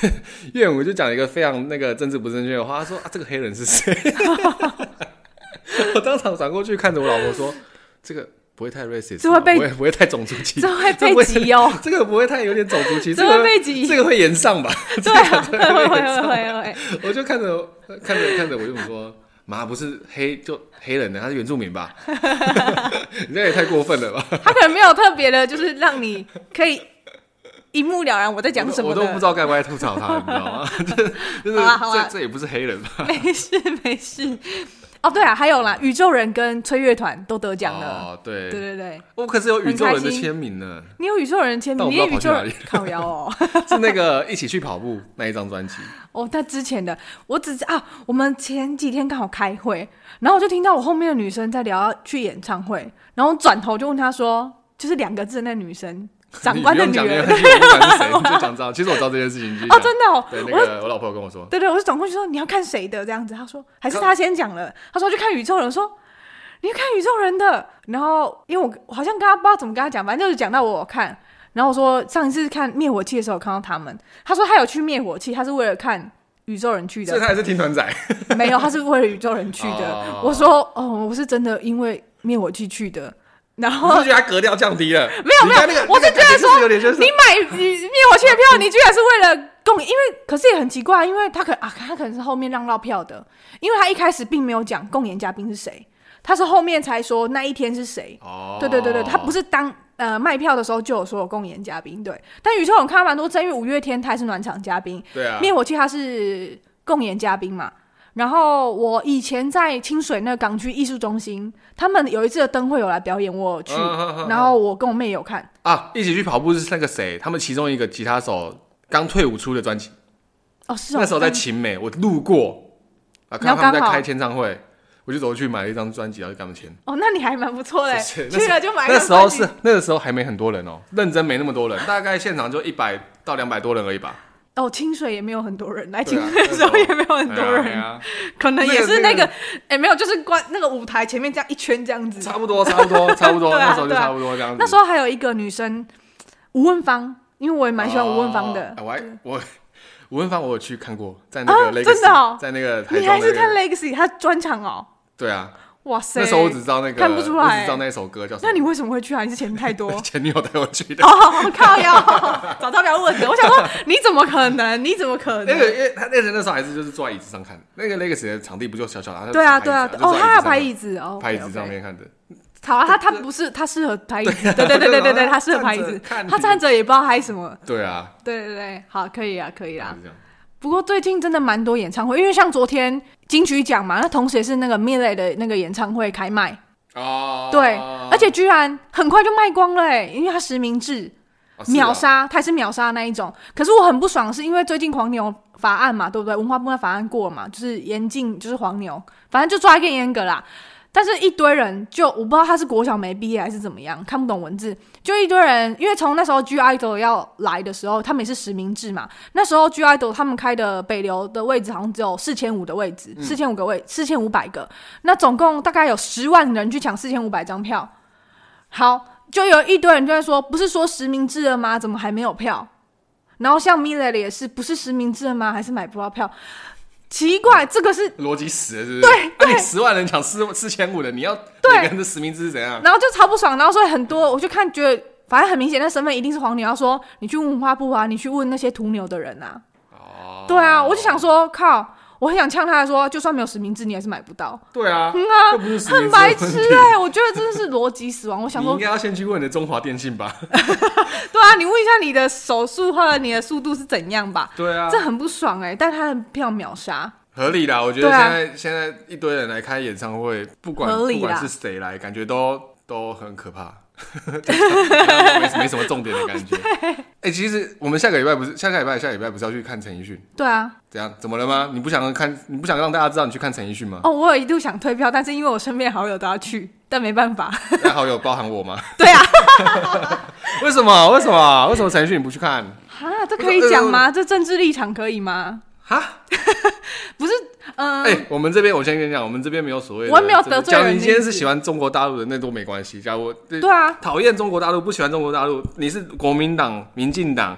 S2: 岳母就讲了一个非常那个政治不正确的话，他说啊，这个黑人是谁？
S1: <laughs>
S2: 我当场转过去看着我老婆说，这个不会太 racist，
S1: 这会
S2: 吗
S1: 被
S2: 不会不会太种族歧视
S1: 这。会
S2: 这不
S1: 被挤
S2: <laughs>
S1: 哦。
S2: 这个不会太有点种族歧视，
S1: 这会被挤
S2: 这个会延上吧？
S1: 对啊，会会会会会会，
S2: <laughs> 我就看着看着看着，我就说：“妈，不是黑就黑人的，他是原住民吧？ <laughs> 你这也太过分了吧
S1: 他可能没有特别的，就是让你可以一目了然我在！”讲什么
S2: 我都我都不知
S1: 道。
S2: 道该不该吐槽他，你知道吗？ <laughs> 就是就是
S1: 好啊好啊
S2: 这这也不是黑人吧？ <laughs>
S1: 没事没事。哦，对啊，还有啦，宇宙人跟吹乐团都得奖了。
S2: 哦，对
S1: 对对对，
S2: 我可是有宇宙人的
S1: 很开心
S2: 签名呢，
S1: 你有宇宙人签
S2: 但
S1: 名，
S2: 我
S1: 你
S2: 不知道
S1: 也宇宙人
S2: 跑
S1: <laughs> 烤窑哦。
S2: 是那个一起去跑步那一张专辑。
S1: 哦，他之前的我只是啊，我们前几天刚好开会，然后我就听到我后面的女生在聊要去演唱会，然后我转头就问她说，就是两个字的那女生， <laughs> 长官的
S2: <laughs> 你
S1: 女
S2: 不用
S1: 人
S2: 讲没。关系，我不管是
S1: <laughs>
S2: 谁，你就讲知道。其实我知道这件事情。你继续
S1: 哦，
S2: 讲
S1: 真的哦，
S2: 对，
S1: 我
S2: 那个我老婆有跟我说，
S1: 对对，我就转过去说你要看谁的这样子，他说还是他先讲了，他说去看宇宙人，我说你看宇宙人的。”然后因为我我好像跟他不知道怎么跟他讲，反正就是讲到我看，然后我说上一次看灭火器的时候有看到他们，他说他有去灭火器，他是为了看宇宙人去
S2: 所以
S1: 的，
S2: 他也是听团仔，
S1: 没有，他是为了宇宙人去的。
S2: 哦
S1: 我说：“哦，我是真的因为灭火器去的。”然
S2: 我
S1: 后
S2: 是觉得他格调降低了。
S1: 哦没有
S2: 你看那个
S1: 没有我是
S2: 那个
S1: 觉得
S2: 感就是有点 <laughs> 就是
S1: 你买你灭火器的票，你居然是为了供，因为可是也很奇怪，因为他可啊，他可能是后面让到票的，因为他一开始并没有讲共演嘉宾是谁，他是后面才说那一天是谁。
S2: 哦
S1: 对对对对，他不
S2: 是
S1: 是当呃卖票的时候就有说有共演嘉宾，对。但宇宙勇看到蛮多真，因为五月天他也是暖场嘉宾，
S2: 对啊，
S1: 灭火器他是共演嘉宾嘛。然后我以前在清水那个港区艺术中心，他们有一次的灯会有来表演，我有去，
S2: 嗯嗯嗯嗯
S1: 然后我跟我妹有看。
S2: 啊，一起去跑步是那个谁，他们其中一个吉他手刚退伍出的专辑，
S1: 哦，是哦，
S2: 那时候在
S1: 但
S2: 秦美，我路过啊，
S1: 然
S2: 看到
S1: 后
S2: 他们
S1: 刚
S2: 在
S1: 好
S2: 开签唱会，我就走去买了一张专辑，然后就跟他们签。
S1: 哦，那你还蛮不错嘞，
S2: 是是
S1: 去了就买一
S2: 那
S1: 张
S2: 时候
S1: 专辑
S2: 是那个时候还没很多人哦，认真没那么多人，大概现场就一百到两百多人而已吧。
S1: 哦，清水也没有很多人，来
S2: 对
S1: 清
S2: 啊
S1: 水的时候也没有很多
S2: 对
S1: 人，
S2: 啊
S1: 可能也是
S2: 那
S1: 那
S2: 个
S1: 个，哎，没有，就是关那个舞台前面这样一圈这样
S2: 对啊
S1: 子。
S2: 差不多，差不
S1: <laughs>
S2: 多，差不多，
S1: 对啊
S2: 那时候就
S1: 对啊
S2: 差不多这样子。
S1: 那时候还有一个女生吴汶芳，因为我也蛮喜欢吴汶芳的
S2: 哦，哎我还我 <laughs> 吴汶芳我有去看过，在那个
S1: 啊
S2: Legacy，
S1: 真的哦
S2: 在那个台
S1: 你
S2: 中
S1: 还
S2: 的
S1: 是
S2: 那
S1: 看
S2: 个，
S1: Legacy 她专场哦，
S2: 对啊，
S1: 哇塞！
S2: 那时候我只知道那个，
S1: 看不出
S2: 我
S1: 来
S2: 只知道那首歌叫什么。。
S1: 那你为什么会去啊？你是钱太多
S2: <laughs> 前女友带我去的，
S1: 哦， <laughs> 靠腰，早知道不要问的。我想说，你怎么可能？你怎么可
S2: 那个
S1: 能？
S2: 因为他那时候那时候还是就是坐在椅子上看，那个 Legacy 的场地不就小小的，他就
S1: 对啊，
S2: 排
S1: 对啊，
S2: 椅
S1: 哦，
S2: 子就坐在
S1: 他要排
S2: 椅
S1: 椅子哦
S2: 子上，
S1: OK，
S2: 排椅子
S1: OK
S2: 上面看的，
S1: 好啊，他他不是他适合拍椅子，对对对对对
S2: <laughs>
S1: 对，他适合拍椅子，
S2: 看
S1: 他站着也不知道拍什么，
S2: 对啊，
S1: 对对对，好，可以啊，可以
S2: 就
S1: 啊。
S2: 是这样。
S1: 不过最近真的蛮多演唱会，因为像昨天金曲奖嘛，那同时也是那个 m i l l e 的那个演唱会开卖，
S2: 哦，
S1: 对，而且居然很快就卖光了哎，因为他实名制
S2: 哦是啊
S1: 秒杀，他也是秒杀那一种。可是我很不爽，是因为最近黄牛法案嘛，对不对？文化部那法案过了嘛，就是严禁就是黄牛，反正就抓得更严格啦。但是，一堆人就我不知道他是国小没毕业还是怎么样，看不懂文字，就一堆人，因为从那时候 G Idol 要来的时候，他们也是实名制嘛。那时候 G Idol 他们开的北流的位置好像只有四千五的位置，
S2: 嗯
S1: 四千五个位，四千五百个，那总共大概有十万人去抢四千五百张票。好，就有一堆人就在说，不是说实名制了吗？怎么还没有票？然后像 Millet 也是，不是实名制了吗？还是买不到票？奇怪，这个是，
S2: 逻辑死了，是不是？
S1: 对
S2: 啊、你
S1: 对
S2: 十万人抢四四千五的，你要
S1: 对
S2: 每个人的实名制是怎样？
S1: 然后就超不爽，然后所以很多我就看觉得，反正很明显，那身份一定是黄牛。要说你去问文化部啊，你去问那些屠牛的人啊，
S2: 哦，
S1: 对啊，我就想，说，靠，我很想呛他说，就算没有实名制，你还是买不到，
S2: 对啊，
S1: 嗯啊
S2: 又不是实名
S1: 很
S2: 制的
S1: 白
S2: 问
S1: 痴
S2: 题
S1: 哎、我觉得真的是逻辑死亡。我想
S2: <laughs> 你应
S1: 说，
S2: 该要先去问你的中华电
S1: <laughs>
S2: 信吧？
S1: 对啊，你问一下你的手速或者你的速度是怎样吧，
S2: 对啊
S1: 这很不爽哎、但他的票秒杀，
S2: 合理啦。我觉得
S1: 对
S2: 现
S1: 啊
S2: 在、现在一堆人来开演唱会，不管
S1: 合理
S2: 不
S1: 啦
S2: 管是谁来，感觉都都很可怕，没没什么重点
S1: <laughs>
S2: 的感觉。哎、其实我们下个礼拜不是下个礼拜下个礼拜不是要去看陈奕迅？
S1: 对啊，
S2: 怎样？怎么了吗？你不想看？你不想让大家知道你去看陈奕迅吗？
S1: 哦，我有一度想退票，但是因为我身边好友都要去，但没办法，
S2: 那好友包含我吗？
S1: <laughs> 对啊，
S2: <laughs> 为什么？为什么？为什么陈奕迅你不去看？
S1: 哈，这可以讲
S2: 呃
S1: 吗？这政治立场可以吗？
S2: 哈？
S1: <laughs> 不是，嗯、
S2: 哎、我们这边我先跟你讲，我们这边没有所谓的，
S1: 我也没有得罪人
S2: 假如你今天是
S1: 的意思
S2: 喜欢中国大陆的，那都没关系。假如我对
S1: 对啊，
S2: 讨厌中国大陆，不喜欢中国大陆，你是国民党、民进党、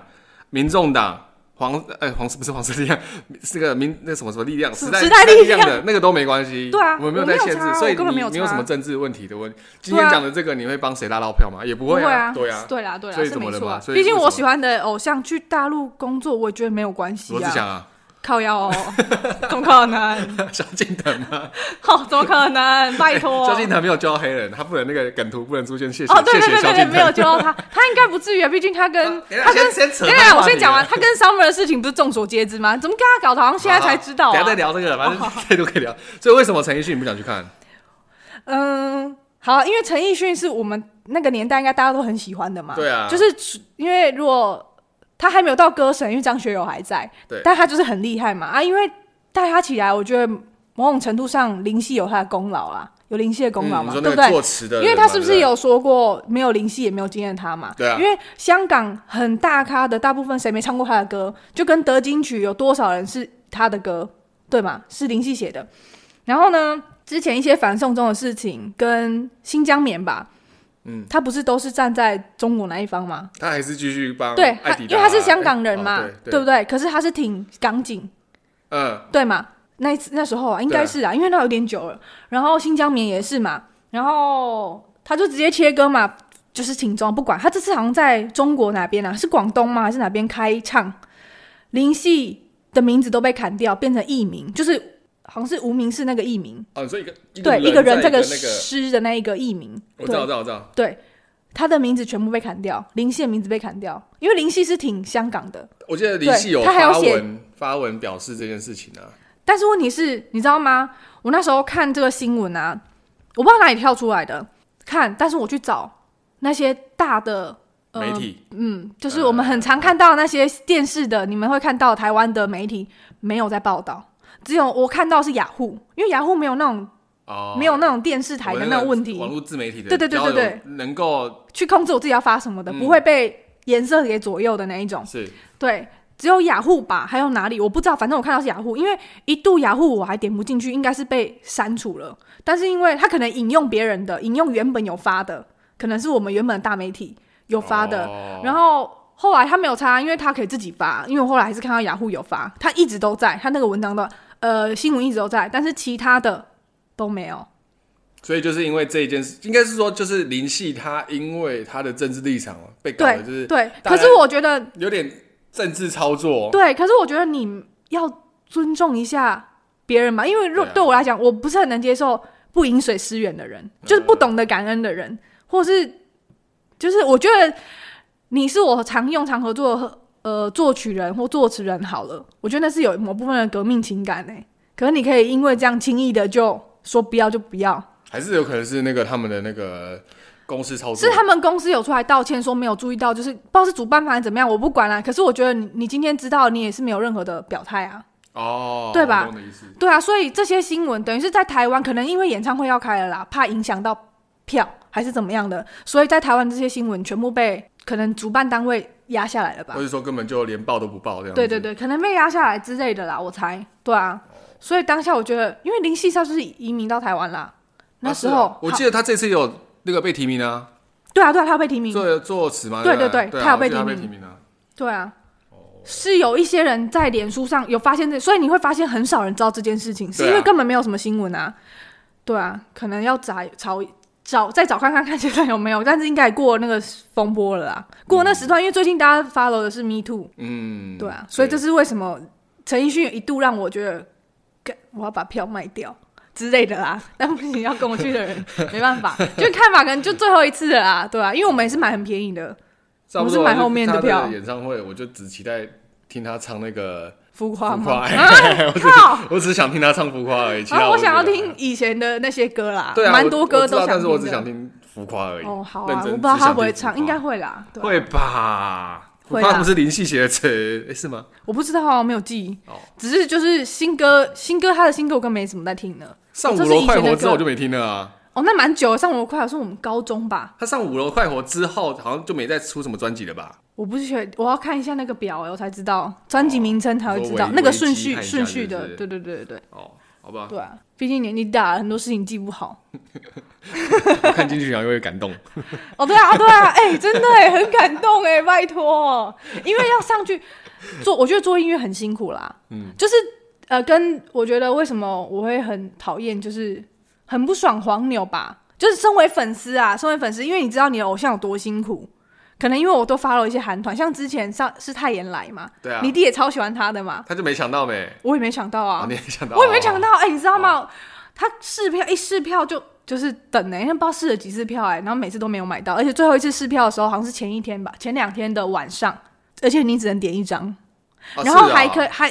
S2: 民众党、黄哎、黄不是黄色力量， <laughs> 是个民那什么什么力量，
S1: 是
S2: 时代
S1: 时代力
S2: 力
S1: 量
S2: 的那个都没关系。
S1: 对啊
S2: 我们没有在限
S1: 我没有
S2: 制，
S1: 差
S2: 所以
S1: 我根本
S2: 你
S1: 没有
S2: 你有
S1: 差
S2: 什么政治问题的问题。今
S1: 对
S2: 天
S1: 啊
S2: 讲的这个，你会帮谁拉到票吗？也不
S1: 不
S2: 会
S1: 啊，
S2: 对啊。
S1: 对啦，对啦，
S2: 所以
S1: 是
S2: 怎么
S1: 没
S2: 了
S1: 错
S2: 嘛
S1: 啊。
S2: 所以
S1: 毕竟
S2: 为什
S1: 我
S2: 么
S1: 喜欢的偶像去大陆工作，我也觉得没有关系
S2: 罗志
S1: 啊。
S2: 祥
S1: <laughs>
S2: 啊，
S1: 靠腰
S2: <laughs>
S1: 哦，怎么可能？
S2: 萧敬腾吗？
S1: 哦，怎么可能？拜托。
S2: <laughs> 萧敬腾没有教黑人，他不能那个梗图不能出现，谢谢
S1: 哦，对
S2: 谢
S1: 对
S2: 谢
S1: 对
S2: 萧
S1: 对对，
S2: 敬
S1: 没有
S2: 腾。
S1: 救到
S2: <laughs>
S1: 他，他应该不至于啊，毕竟他跟
S2: 等一下
S1: 他跟
S2: 先先扯
S1: 等一
S2: 开
S1: 下，
S2: 话
S1: 我先
S2: 题
S1: 讲完，
S2: 啊
S1: 他跟 Summer 的事情不是众所皆知吗？怎么跟他搞的，好像现在才知道
S2: 好好等一下再
S1: 啊？
S2: 聊这个，
S1: <laughs>
S2: 反正可以都可以聊。所以为什么陈奕迅你不想去看？
S1: 嗯，好，因为陈奕迅是我们那个年代应该大家都很喜欢的嘛，
S2: 对啊
S1: 就是因为如果他还没有到歌神，因为张学友还在，
S2: 对
S1: 但他就是很厉害嘛啊，因为带他起来，我觉得某种程度上林夕有他的功劳啦，有林夕的功劳
S2: 嗯你
S1: 嘛，
S2: 说
S1: 对不
S2: 那个
S1: 对？
S2: 作词的人嘛，
S1: 因为他是不
S2: 对
S1: 是有说过没有灵犀也没有惊艳他嘛？
S2: 对啊
S1: 因为香港很大咖的，大部分谁没唱过他的歌？就跟德金曲有多少人是他的歌，对吗？是灵犀写的。然后呢，之前一些反送中的事情跟新疆棉吧，
S2: 嗯，
S1: 他不是都是站在中国那一方吗？
S2: 他还是继续帮
S1: 对，
S2: 艾
S1: 他
S2: 嗯迪
S1: 因
S2: 达
S1: 为他是香港人嘛，
S2: 哎哦对
S1: 不对？可是他是挺港警，
S2: 嗯，
S1: 对嘛？那一次那时候啊，应该是啊，因为那有点久了。然后新疆棉也是嘛，然后他就直接切割嘛，就是挺装不管。他这次好像在中国哪边啊？是广东吗？还是哪边开唱？林夕的名字都被砍掉，变成艺名，就是好像是无名氏那个艺名，
S2: 哦，所以一个一
S1: 对，一
S2: 个
S1: 人这
S2: 在一个那个，
S1: 诗的那一个艺名，
S2: 我知道，
S1: 对
S2: 我知道，我知道。
S1: 对，他的名字全部被砍掉，林夕的名字被砍掉，因为林夕是挺香港的，
S2: 我记得林夕有
S1: 对他还有
S2: 发
S1: 写
S2: 文发文表示这件事情啊，
S1: 但是问题是，你知道吗？我那时候看这个新闻啊，我不知道哪里跳出来的，看，但是我去找那些大的、呃、
S2: 媒，体呃
S1: 嗯，就是我们很常看到那些电视的，你们会看到台湾的媒体没有在报道，只有我看到是雅虎，因为雅虎没有那种、
S2: 哦，
S1: 没有那种电视台
S2: 我
S1: 的
S2: 们
S1: 那
S2: 个
S1: 种问
S2: 网
S1: 题
S2: 络自媒体的，
S1: 对对对对对，
S2: 能够
S1: 去控制我自己要发什么的，
S2: 嗯
S1: 不会被颜色给左右的那一种。
S2: 是
S1: 对，只有雅虎吧，还有哪里我不知道，反正我看到是雅虎，因为一度雅虎我还点不进去，应该是被删除了。但是因为他可能引用别人的，引用原本有发的，可能是我们原本的大媒体有发的，
S2: 哦
S1: 然后后来他没有查，因为他可以自己发，因为我后来还是看到雅虎有发，他一直都在，他那个文章的呃新闻一直都在，但是其他的都没有。
S2: 所以就是因为这一件事，应该是说就是林夕他因为他的政治立场哦被搞
S1: 对
S2: 的就是
S1: 对，
S2: 大
S1: 可是
S2: 家
S1: 我觉得
S2: 有点政治操作，哦
S1: 对，可是我觉得你要尊重一下别人嘛，因为若
S2: 对啊
S1: 对我来讲，我不是很能接受不饮水思源的人，
S2: 嗯
S1: 就是不懂得感恩的人，或是就是我觉得你是我常用、常合作的呃作曲人或作词人好了，我觉得那是有某部分的革命情感呢、欸可是你可以因为这样轻易的就说不要就不要，
S2: 还是有可能是那个他们的那个公司操作，
S1: 是他们公司有出来道歉，说没有注意到，就是不知道是主办方还是怎么样，我不管啦、可是我觉得你你今天知道，你也是没有任何的表态啊。
S2: 哦，
S1: 对吧
S2: 我懂你的意思
S1: 对啊，所以这些新闻等于是在台湾，可能因为演唱会要开了啦，怕影响到票还是怎么样的，所以在台湾这些新闻全部被呃可能主办单位压下来了吧
S2: 或？者说根本就连报都不报这样子，啊
S1: 对对对，可能被压下来之类的啦，我猜。对啊，所以当下我觉得，因为林夕他就是移民到台湾啦，那
S2: 啊
S1: 时
S2: 是啊
S1: 候、
S2: 我
S1: 好
S2: 记得他这次有那个被提名啊，
S1: 对啊对啊，他有被提名，
S2: 作作词嘛，
S1: 对
S2: 对
S1: 对对
S2: 不对啊
S1: 他有
S2: 我记
S1: 被
S2: 得
S1: 提
S2: 他被
S1: 名
S2: 提名啊，
S1: 对啊，是有一些人在脸书上有发现这，所以你会发现很少人知道这件事情，是因
S2: 对
S1: 为
S2: 啊
S1: 根本没有什么新闻啊。对啊，可能要找找找再找看看看现在有没有，但是应该也过那个风波了啦，过那时段，因为最近大家 follow 的是 Me Too，
S2: 嗯，
S1: 对啊，所以这是为什么陈奕迅一度让我觉得，干我要把票卖掉。之类的啦， <laughs> 但不行，要跟我去的人没办
S2: <laughs>
S1: 法，就看法可能就最后一次了啦，对啊，因为我们也是买很便宜的，
S2: 差
S1: 我
S2: 不多
S1: 是买后面的
S2: 就是
S1: 票
S2: 他演唱会我就只期待听他唱那个
S1: 浮
S2: 《
S1: 夸
S2: 浮
S1: 吗？啊
S2: 夸》哎 <laughs> 我只
S1: 靠！
S2: 我只想听他唱《浮夸》而已，其他
S1: 啊，
S2: 我
S1: 我
S2: 就
S1: 想要
S2: 觉得
S1: 听以前的那些歌啦，
S2: 对啊，
S1: 蛮
S2: 我
S1: 多歌
S2: 我知
S1: 都
S2: 道
S1: 想听的。
S2: 但是我只想听浮夸而已。
S1: 哦，好
S2: 认
S1: 啊，
S2: 真
S1: 我不知道他会不会
S2: 只想
S1: 唱，
S2: 听
S1: 应该
S2: 浮夸
S1: 会啦，对啊
S2: 会吧？浮
S1: 会
S2: 夸
S1: 啦
S2: 不是林夕写的词，诶是吗？
S1: 我不知道啊，没有记忆
S2: 哦，
S1: 只是就是新歌，新歌他的新歌我跟没怎么在听呢。
S2: 上五
S1: 这是
S2: 楼
S1: 以前
S2: 快
S1: 的
S2: 活之后
S1: 歌
S2: 我就没听了啊。
S1: 哦，那蛮久了，上我快好是我们高中吧，
S2: 他上五楼快活之后，好像就没再出什么专辑了吧？
S1: 我不是确，我要看一下那个表，我才知道专辑名称才会知
S2: 说
S1: 道
S2: 维
S1: 那个
S2: 维基
S1: 顺序
S2: 看一下
S1: 顺序
S2: 是
S1: 的
S2: 不，是
S1: 对对对对对
S2: 哦，好吧，
S1: 对啊，毕竟年纪大了，很多事情记不好。
S2: 我看进去然后有点感动。
S1: 哦，对啊，对啊，哎、真的哎、很感动哎、拜托，因为要上去做，我觉得做音乐很辛苦啦，嗯，就是呃，跟我觉得为什么我会很讨厌，就是很不爽黄牛吧，就是身为粉丝啊，身为粉丝，因为你知道你的偶像有多辛苦，可能因为我都发了一些韩团，像之前上是泰妍来嘛，
S2: 对啊
S1: 你，弟也超喜欢他的嘛，
S2: 他就没想到没，
S1: 我也没想到
S2: 啊，
S1: 啊
S2: 你，也想到，
S1: 我也没想
S2: 哦。
S1: 到，哎、你知道吗？他试票一试票就就是等呢、欸因为不知道试了几次票哎、然后每次都没有买到，而且最后一次试票的时候好像是前一天吧，前两天的晚上，而且你只能点一张，
S2: 哦
S1: 然后
S2: 是啊
S1: 还可以还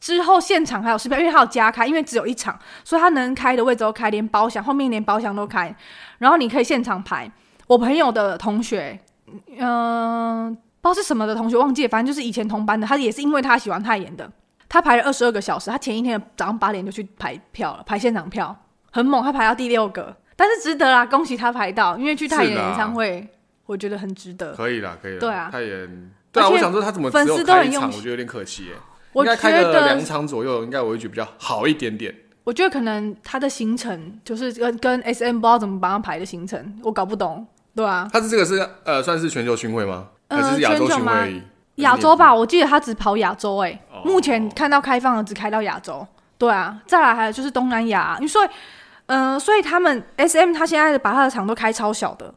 S1: 之后现场还有试票，因为他有加开，因为只有一场，所以他能开的位置都开，连包厢后面连包厢都开，然后你可以现场排。我朋友的同学，嗯、不知道是什么的同学忘记了，反正就是以前同班的，他也是因为他喜欢泰妍的，他排了二十二个小时，他前一天的早上八点就去排票了，排现场票，很猛，他排到第六个，但是值得啦，恭喜他排到，因为去泰妍
S2: 是啦
S1: 演唱会，我觉得很值得。
S2: 可以啦，可以啦。
S1: 对啊
S2: 他也对啊，
S1: 而且
S2: 我想说他怎么只
S1: 粉
S2: 有
S1: 丝都
S2: 开
S1: 很
S2: 一场，
S1: 用
S2: 我
S1: 心
S2: 觉得有点可惜耶。
S1: 我
S2: 应该
S1: 觉
S2: 开个
S1: 得
S2: 两场左右，应该我会觉得比较好一点点。
S1: 我觉得可能他的行程就是跟跟 S M 不知道怎么帮他排的行程，我搞不懂，对啊，
S2: 他是这个是呃算是全球巡回吗？
S1: 呃
S2: 还是亚洲巡
S1: 全球
S2: 回
S1: 吗
S2: 而已？
S1: 亚洲吧，我记得他只跑亚洲、欸，
S2: 哦
S1: 目前看到开放的只开到亚洲，对啊，再来还有就是东南亚，你说，嗯、所以他们 S M 他现在把他的场都开超小的，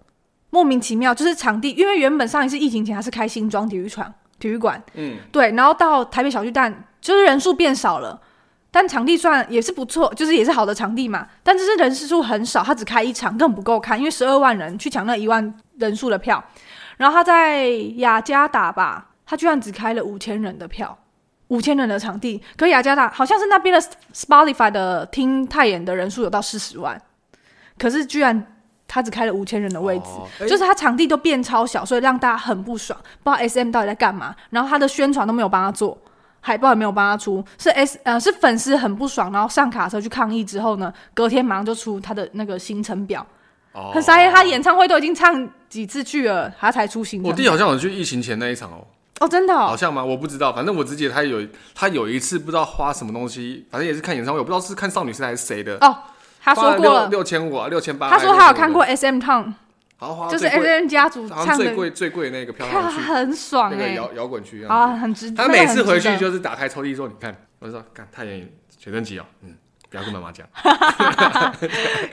S1: 莫名其妙，就是场地，因为原本上一次疫情前他是开新庄体育场体育馆，
S2: 嗯，
S1: 对，然后到台北小巨蛋，就是人数变少了，但场地算也是不错，就是也是好的场地嘛，但就是人数很少，他只开一场，根本不够看，因为十二万人去抢那一万人数的票，然后他在雅加达吧，他居然只开了五千人的票。五千人的场地，可雅加达好像是那边的 Spotify 的听泰演的人数有到四十万，可是居然他只开了五千人的位置，
S2: 哦
S1: 就是他场地都变超小，所以让大家很不爽，不知道 S M 到底在干嘛。然后他的宣传都没有帮他做，海报也没有帮他出，是 S 呃是粉丝很不爽，然后上卡车去抗议之后呢，隔天马上就出他的那个行程表，
S2: 哦
S1: 很傻眼。他演唱会都已经唱几次去了，他才出行
S2: 我
S1: 程
S2: 弟好像有去疫情前那一场哦，
S1: 哦，真的、
S2: 好
S1: 哦，
S2: 像吗？我不知道，反正我只记得他有他有一次不知道花什么东西，反正也是看演唱会，我不知道是看少女时代还是谁的。
S1: 哦，他说过
S2: 花
S1: 了，
S2: 六千五啊，六千八。
S1: 他说他有看过，S M 唱，
S2: 好像花
S1: 就是
S2: 最
S1: S
S2: 贵，
S1: M 家族
S2: 好像
S1: 唱
S2: 最
S1: 的，
S2: 贵最贵的那个票
S1: 他
S2: 上去，
S1: <laughs> 很爽
S2: 那个
S1: 哎、
S2: 摇摇滚区
S1: 啊，很值，
S2: 他
S1: 那个
S2: 每
S1: 很
S2: 次回
S1: 值
S2: 去
S1: 得
S2: 就是打开抽屉说：“你看，我就说，看太演学生级哦，嗯，不要跟妈妈讲。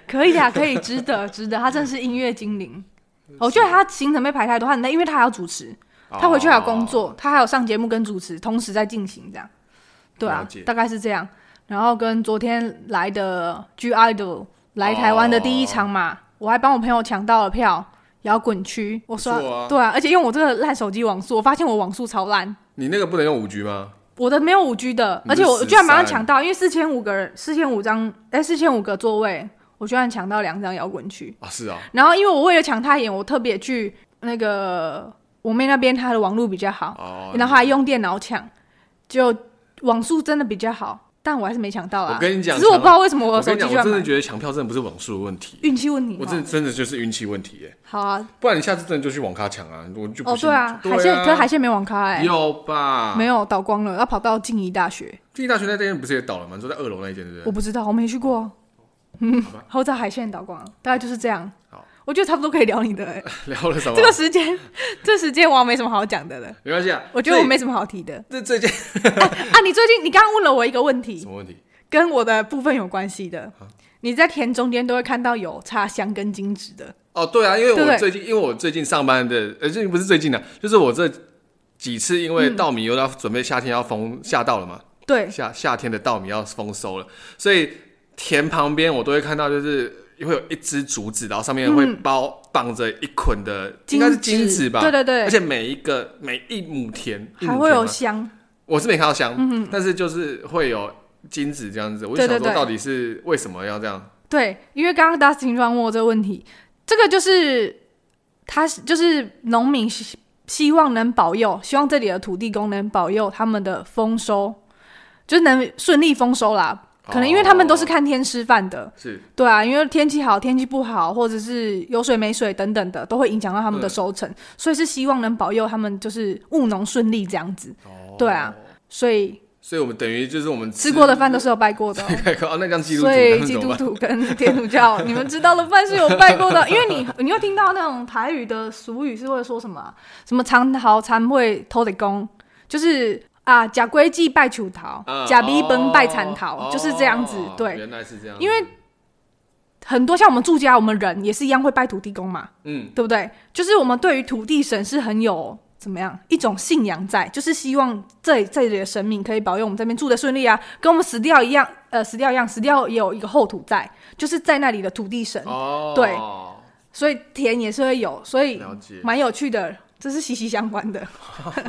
S1: 可以啊，可以，值
S2: <laughs>
S1: 得，值得。他真是音乐精灵，我觉得他行程被排太多，他很累，因为他还要主持，
S2: 哦”
S1: 他回去还有工作，他还有上节目跟主持同时在进行，这样，对
S2: 了
S1: 啊
S2: 解，
S1: 大概是这样。然后跟昨天来的 G Idol 来台湾的第一场嘛，
S2: 哦
S1: 我还帮我朋友抢到了票，摇滚区，我
S2: 不错
S1: 说
S2: 啊
S1: 对啊，而且用我这个烂手机网速，我发现我网速超烂。
S2: 你那个不能用五 G 吗？
S1: 我的没有五 G 的，
S2: 你
S1: 而
S2: 是
S1: 且我居然马上
S2: 13
S1: 抢到，因为四千五个人，四千五张，哎，四千五个座位，我居然抢到两张摇滚区。
S2: 啊，是啊，
S1: 然后因为我为了抢他演，我特别去那个我妹那边，她的网络比较好，
S2: 哦，
S1: <laughs> 然后还用电脑抢，就网速真的比较好，但我还是没抢到啊。
S2: 我跟你讲
S1: 只是我
S2: 抢
S1: 不知道为什么
S2: 我
S1: 我手
S2: 跟你
S1: 机
S2: 讲，
S1: 居
S2: 我
S1: 然
S2: 真的
S1: 买
S2: 觉得抢票真的不是网速的问题，
S1: 运气问题
S2: 我
S1: 嘛
S2: 真的真的就是运气问题耶。
S1: 好啊，
S2: 不然你下次真的就去网咖抢啊，我就不
S1: 哦
S2: 信
S1: 对啊，海
S2: 对
S1: 鲜可是海鲜没网咖哎，
S2: 有啊吧？
S1: 没有倒光了，要跑到静宜大学，
S2: 第一大学那间不是也倒了吗？你说在二楼那一间对不
S1: 我
S2: 对？
S1: 不知道，我没去过。嗯，后在海鲜倒光了，大概就是这样
S2: 好。
S1: 我觉得差不多可以聊你的、哎
S2: <laughs> 聊了什
S1: <laughs>
S2: 么？
S1: 这个时间，这时间我好像没什么好讲的了。
S2: 没关系啊，
S1: 我觉得我
S2: 这
S1: 没什么好提的。
S2: 这这件
S1: <laughs> 啊，你最近你刚刚问了我一个问题
S2: 什，么问题？
S1: 跟我的部分有关系的。
S2: 啊
S1: 你在田中间都会看到有插香跟金纸的，
S2: 哦，对啊，因为
S1: 对不
S2: 我
S1: 对
S2: 最近，因为我最近上班的，呃，最近不是最近的、就是我这几次因
S1: 嗯
S2: 为稻米又要准备夏天要丰下稻了嘛，
S1: 对，
S2: 夏夏天的稻米要丰收了，所以田旁边我都会看到，就是会有一只竹子，然后上面会包、绑着一捆的，应该是
S1: 嗯金
S2: 金子吧？
S1: 对对对
S2: 而且每一个每一亩田一亩
S1: 还会
S2: 田
S1: 有
S2: 吗
S1: 香，嗯
S2: 我是没看到香，但是就是会有金子这样子，我就
S1: 对对
S2: 想说
S1: 对
S2: 到底是为什么要这样？
S1: 对，因为刚刚 Dustin 问我这个问题，这个就是他是就是农民希希望能保佑，希望这里的土地公能保佑他们的丰收，就是能顺利丰收啦。可能因为他们都是
S2: 哦
S1: 看天吃饭的，
S2: 是
S1: 对啊，因为天气好、天气不好，或者是有水没水等等的，都会影响到他们的
S2: 嗯
S1: 收成，所以是希望能保佑他们就是务农顺利这样子。
S2: 哦
S1: 对啊，所以
S2: 所以我们等于就是我们
S1: 吃过的饭都是有拜过的哦、
S2: <laughs> 开口啊，那这样基督徒
S1: 所
S2: 他
S1: 以
S2: 们
S1: 基
S2: 怎么
S1: 督
S2: 办？
S1: 徒跟天主教，你们知道的饭是有拜过的，因为你你会听到那种台语的俗语是会说什么啊、什么长桃参会偷的公，就是啊假规矩拜求桃，假逼崩拜蚕桃，就是这样子。
S2: 啊哦
S1: 对，
S2: 原来是这样子，
S1: 因为很多像我们住家，我们人也是一样会拜土地公嘛，
S2: 嗯，
S1: 对不对？就是我们对于土地神是很有。怎么样？一种信仰在，就是希望这这里的神明可以保佑我们这边住的顺利啊，跟我们死掉一样，呃，死掉一样，死掉也有一个后土在，就是在那里的土地神，
S2: 哦，
S1: 对所以田也是会有，所以
S2: 了解，
S1: 蛮有趣的，这是息息相关的。
S2: 原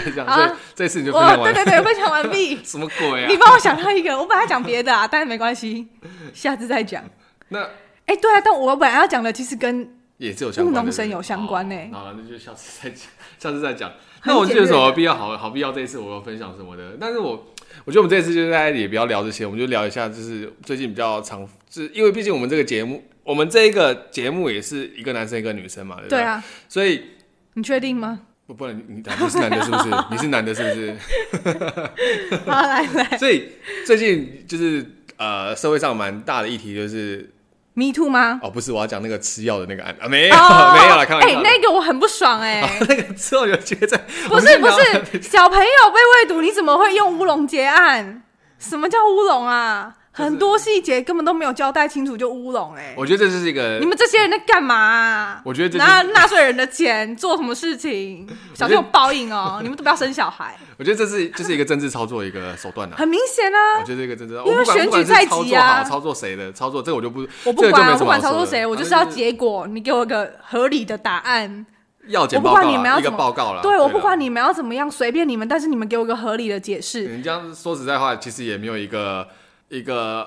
S2: 来 <laughs> 是这样，
S1: 好啊
S2: 所以这次你就分
S1: 哇，
S2: 享
S1: 对
S2: 完了，
S1: 对对，分享完毕。
S2: <laughs> 什么鬼
S1: 你
S2: 啊？
S1: 帮我想到一个，我本来讲别的啊，但是没关系，下次再讲。
S2: 那
S1: 哎、对啊，但我本来要讲的其实跟
S2: 也是有相关的，
S1: 务农神
S2: 对不对
S1: 有相关欸
S2: 哦好了，那就下次再讲， <laughs> 下次再讲。
S1: 很
S2: 那我就有什么
S1: 简略
S2: 必要好好必要？这一次我要分享什么的？但是我我觉得我们这一次就大家也不要聊这些，我们就聊一下，就是最近比较常，就是因为毕竟我们这个节目，我们这一个节目也是一个男生一个女生嘛，对不
S1: 对
S2: 对？
S1: 啊，
S2: 所以
S1: 你确定吗？
S2: 不，不然你你你是男的，是不是？
S1: <laughs>
S2: 你是男的，是不是？
S1: 好，来来，
S2: 所以最近就是呃社会上蛮大的议题，就是
S1: ，Me Too 吗？
S2: 哦，不是，我要讲那个吃药的那个案啊，没有、
S1: 哦
S2: <laughs> 没有了，开玩
S1: 哎、
S2: 笑的。啊
S1: 那个我很不爽
S2: <laughs>
S1: 哎、
S2: 那个之后有觉得在，
S1: 不是不
S2: <laughs>
S1: 是，小朋友被喂毒，你怎么会用乌龙结案？什么叫乌龙啊？很多细节根本都没有交代清楚就乌龙哎！
S2: 我觉得这就是一个
S1: 你们这些人在干嘛、啊？
S2: 我觉得这
S1: 拿纳税人的钱做什么事
S2: <laughs>
S1: 情？小心有报应哦！你们都不要生小孩，
S2: 我觉得这是这是一个政治操作的一个手
S1: <laughs>
S2: 段啊。
S1: 很明显啊
S2: 我！觉得这个政治，哦
S1: 因为
S2: 我不管
S1: 选
S2: 不管
S1: 举
S2: 是
S1: 在
S2: 操
S1: 即
S2: 作
S1: 啊
S2: 好操作谁的操作，这个我就不，
S1: 我不
S2: 这个就
S1: 管
S2: 没
S1: 啊，
S2: 什
S1: 不
S2: 么
S1: 管
S2: 好说
S1: 操
S2: 的
S1: 作谁，我就是要结果。你给我一个合理的答案。
S2: 要检
S1: 我不
S2: 报告
S1: 管
S2: 啦
S1: 你们要
S2: 一个
S1: 怎么
S2: 报告啊了。
S1: 对，我不
S2: 的
S1: 管你们要怎么样，随便你们，但是你们给我一个合理的解释。
S2: 你这样说实在话，其实也没有一个一个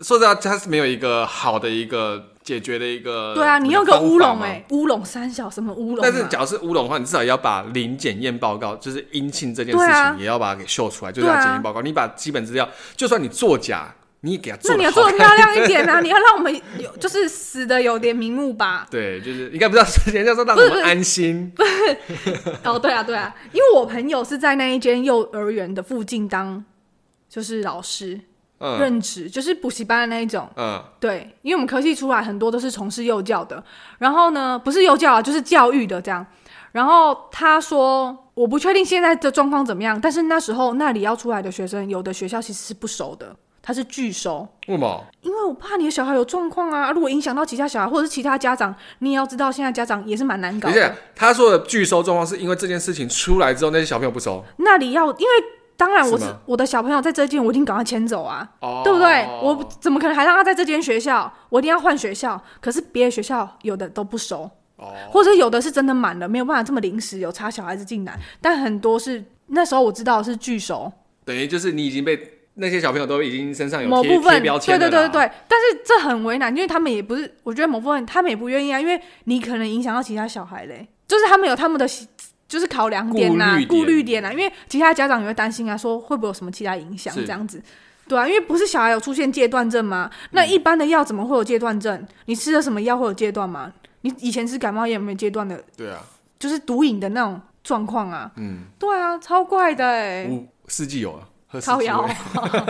S2: 说实在话，它是没有一个好的一个解决的一呃个
S1: 对啊，你用
S2: 方
S1: 个
S2: 法
S1: 乌龙
S2: 嘛
S1: 哎、。乌龙三小什么乌龙、啊？
S2: 但是，假如是乌龙的话，你至少也要把零检验报告，就是阴性这件事
S1: 对啊
S2: 情，也要把它给秀出来，就是
S1: 对啊
S2: 它检验报告。你把基本资料，就算你作假，你也给它
S1: 那
S2: 做
S1: 你
S2: 得
S1: 要
S2: 好看。。
S1: 做的漂亮一点啊！你要让我们有就是死的有点名目吧
S2: 对，就是应该不知道，人家说让
S1: 不是
S2: 我
S1: 不
S2: 们
S1: 是
S2: 安心。
S1: 哦，对啊，对啊，因为我朋友是在那一间幼儿园的附近当就是老师、
S2: 嗯
S1: 任职，就是补习班的那一种。
S2: 嗯，
S1: 对，因为我们科系出来很多都是从事幼教的，然后呢，不是幼教啊，就是教育的这样。然后他说，我不确定现在的状况怎么样，但是那时候那里要出来的学生，有的学校其实是不熟的，他是拒收，
S2: 为什么？
S1: 因为我怕你的小孩有状况啊，如果影响到其他小孩或者是其他家长，你也要知道现在家长也是蛮难搞
S2: 而且
S1: 的。
S2: 他说的拒收状况，是因为这件事情出来之后，那些小朋友不收
S1: 那里要，因为当然我
S2: 是
S1: 是
S2: 吗
S1: 我的小朋友在这间，我一定赶快迁走啊。
S2: 哦
S1: 对不对？我不怎么可能还让他在这间学校？我一定要换学校。可是别的学校有的都不熟，
S2: 哦
S1: 或者有的是真的满了，没有办法这么临时有插小孩子进来。但很多是那时候我知道是拒熟
S2: 等于就是你已经被那些小朋友都已经身上有
S1: 某
S2: 贴
S1: 部
S2: 贴
S1: 分，
S2: 标
S1: 对
S2: 签
S1: 对
S2: 了
S1: 对
S2: 啦
S1: 对。对。但是这很为难，因为他们也不是，我觉得某部分他们也不愿意啊，因为你可能影响到其他小孩嘞，就是他们有他们的喜。就是考量点呐、
S2: 顾虑点
S1: 顾虑点呐、因为其他家长也会担心啊，说会不会有什么其他影响
S2: 是
S1: 这样子，对啊，因为不是小孩有出现戒断症吗？
S2: 嗯
S1: 那一般的药怎么会有戒断症？你吃了什么药会有戒断吗？你以前吃感冒药有没有戒断的
S2: 对啊，
S1: 就是毒瘾的那种状况啊。
S2: 嗯，
S1: 对啊，超怪的哎、欸，
S2: 五四季有了，喝四
S1: 超
S2: 季
S1: 摇
S2: 了。。
S1: <laughs>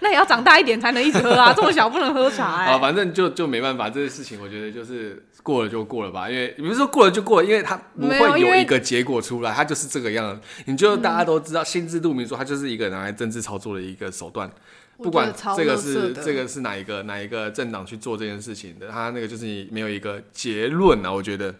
S1: 那也要长大一点才能一直喝啊，这么小不能喝
S2: <laughs>
S1: 茶哎、
S2: 啊，反正就就没办法，这些事情我觉得就是过了就过了吧，因为你不是说过了就过了，因为它不
S1: 没有
S2: 会
S1: 因
S2: 有
S1: 为
S2: 一个结果出来，它就是这个样子。你就大家都知道，心知肚明说它就是一个拿来政治操作的一个手段，
S1: 我
S2: 不
S1: 觉
S2: 管
S1: 得超
S2: 这个
S1: 垃圾
S2: 是
S1: 的
S2: 这个是哪一个哪一个政党去做这件事情的，它那个就是没有一个结论啊，我觉得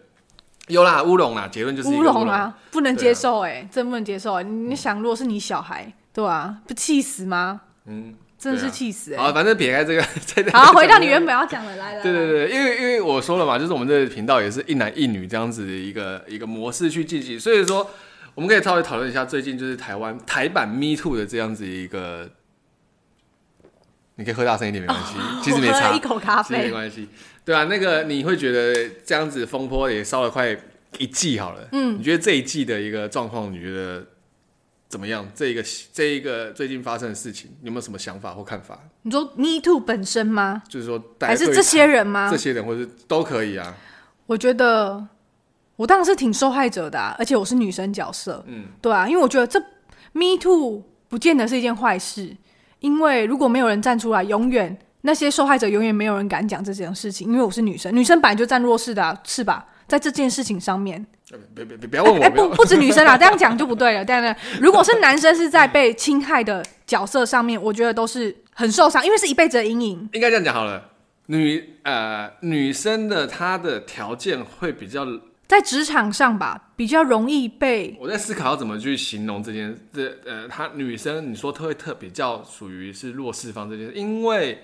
S2: 有啦，乌龙啦，结论就是一个
S1: 乌龙啊，不能
S2: 对啊
S1: 接受哎、真不能接受哎、你你想，如果是你小孩，对啊，不气死吗？嗯，真的
S2: 对
S1: 是
S2: 啊
S1: 气死
S2: 乌龙。
S1: 哎、
S2: 好，反正撇开这个， <laughs> 再
S1: 好，回到你原本要讲的，来来，
S2: 对
S1: 来
S2: 对对，因为因为我说了嘛，就是我们这个频道也是一男一女这样子的一个一个模式去进行，所以说我们可以稍微讨论一下最近就是台湾台版 Me Too 的这样子一个，你可以喝大声一点没关
S1: <laughs>
S2: 系，其实没
S1: 我喝
S2: 差
S1: 了一，口咖
S2: 其实没
S1: 啡，
S2: 关系，对啊，那个你会觉得这样子风波也烧了快一季好了，嗯，你觉得这一季的一个状况，你觉得怎么样？这一个这一个最近发生的事情，你有没有什么想法或看法？
S1: 你说 Me Too 本身吗？
S2: 就是说大家
S1: 还是啊
S2: 对
S1: 这些人吗
S2: 这？些人，或者是都可以啊。
S1: 我觉得我当然是挺受害者的、啊，而且我是女生角色，
S2: 嗯
S1: 嗯，对啊，因为我觉得这 Me Too 不见得是一件坏事，因为如果没有人站出来，永远那些受害者永远没有人敢讲这件事情，因为我是女生，女生本来就占弱势的、啊，是吧？在这件事情上面，
S2: 别别别不要问
S1: 哎、
S2: <laughs> 我，不
S1: 不
S2: 要
S1: 不止女生啊，这样讲就不对了。但呢，如果是男生是在被侵害的角色上面，我觉得都是很受伤，因为是一辈子的阴影。
S2: 应该这样讲好了。女呃女生的她的条件会比较，
S1: 在职场上吧，比较容易被
S2: 我在思考要怎么去形容这件这呃，她女生你说特会特比较属于是弱势方这件事，因为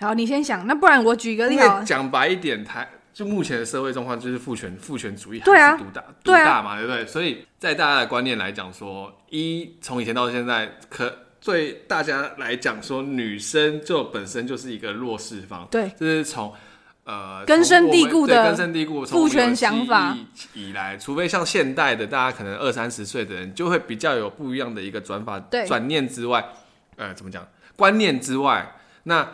S1: 好，你先想，那不然我举一个例啊
S2: 因
S1: 子好
S2: 为
S1: 了。
S2: 讲白一点，台就目前的社会状况就是父权父权主义
S1: 对啊
S2: 还是独大独
S1: 对啊
S2: 大嘛，对不对？所以在大家的观念来讲说，一从以前到现在，可对大家来讲说，女生就本身就是一个弱势方，
S1: 对，
S2: 这是从呃
S1: 根深蒂
S2: 从我
S1: 固
S2: 们对
S1: 的
S2: 根深蒂固从
S1: 父
S2: 我们有
S1: 权
S2: 记
S1: 想法
S2: 忆以来，除非像现代的大家可能二三十岁的人，就会比较有不一样的一个转法
S1: 对
S2: 转念之外，呃，怎么讲观念之外，那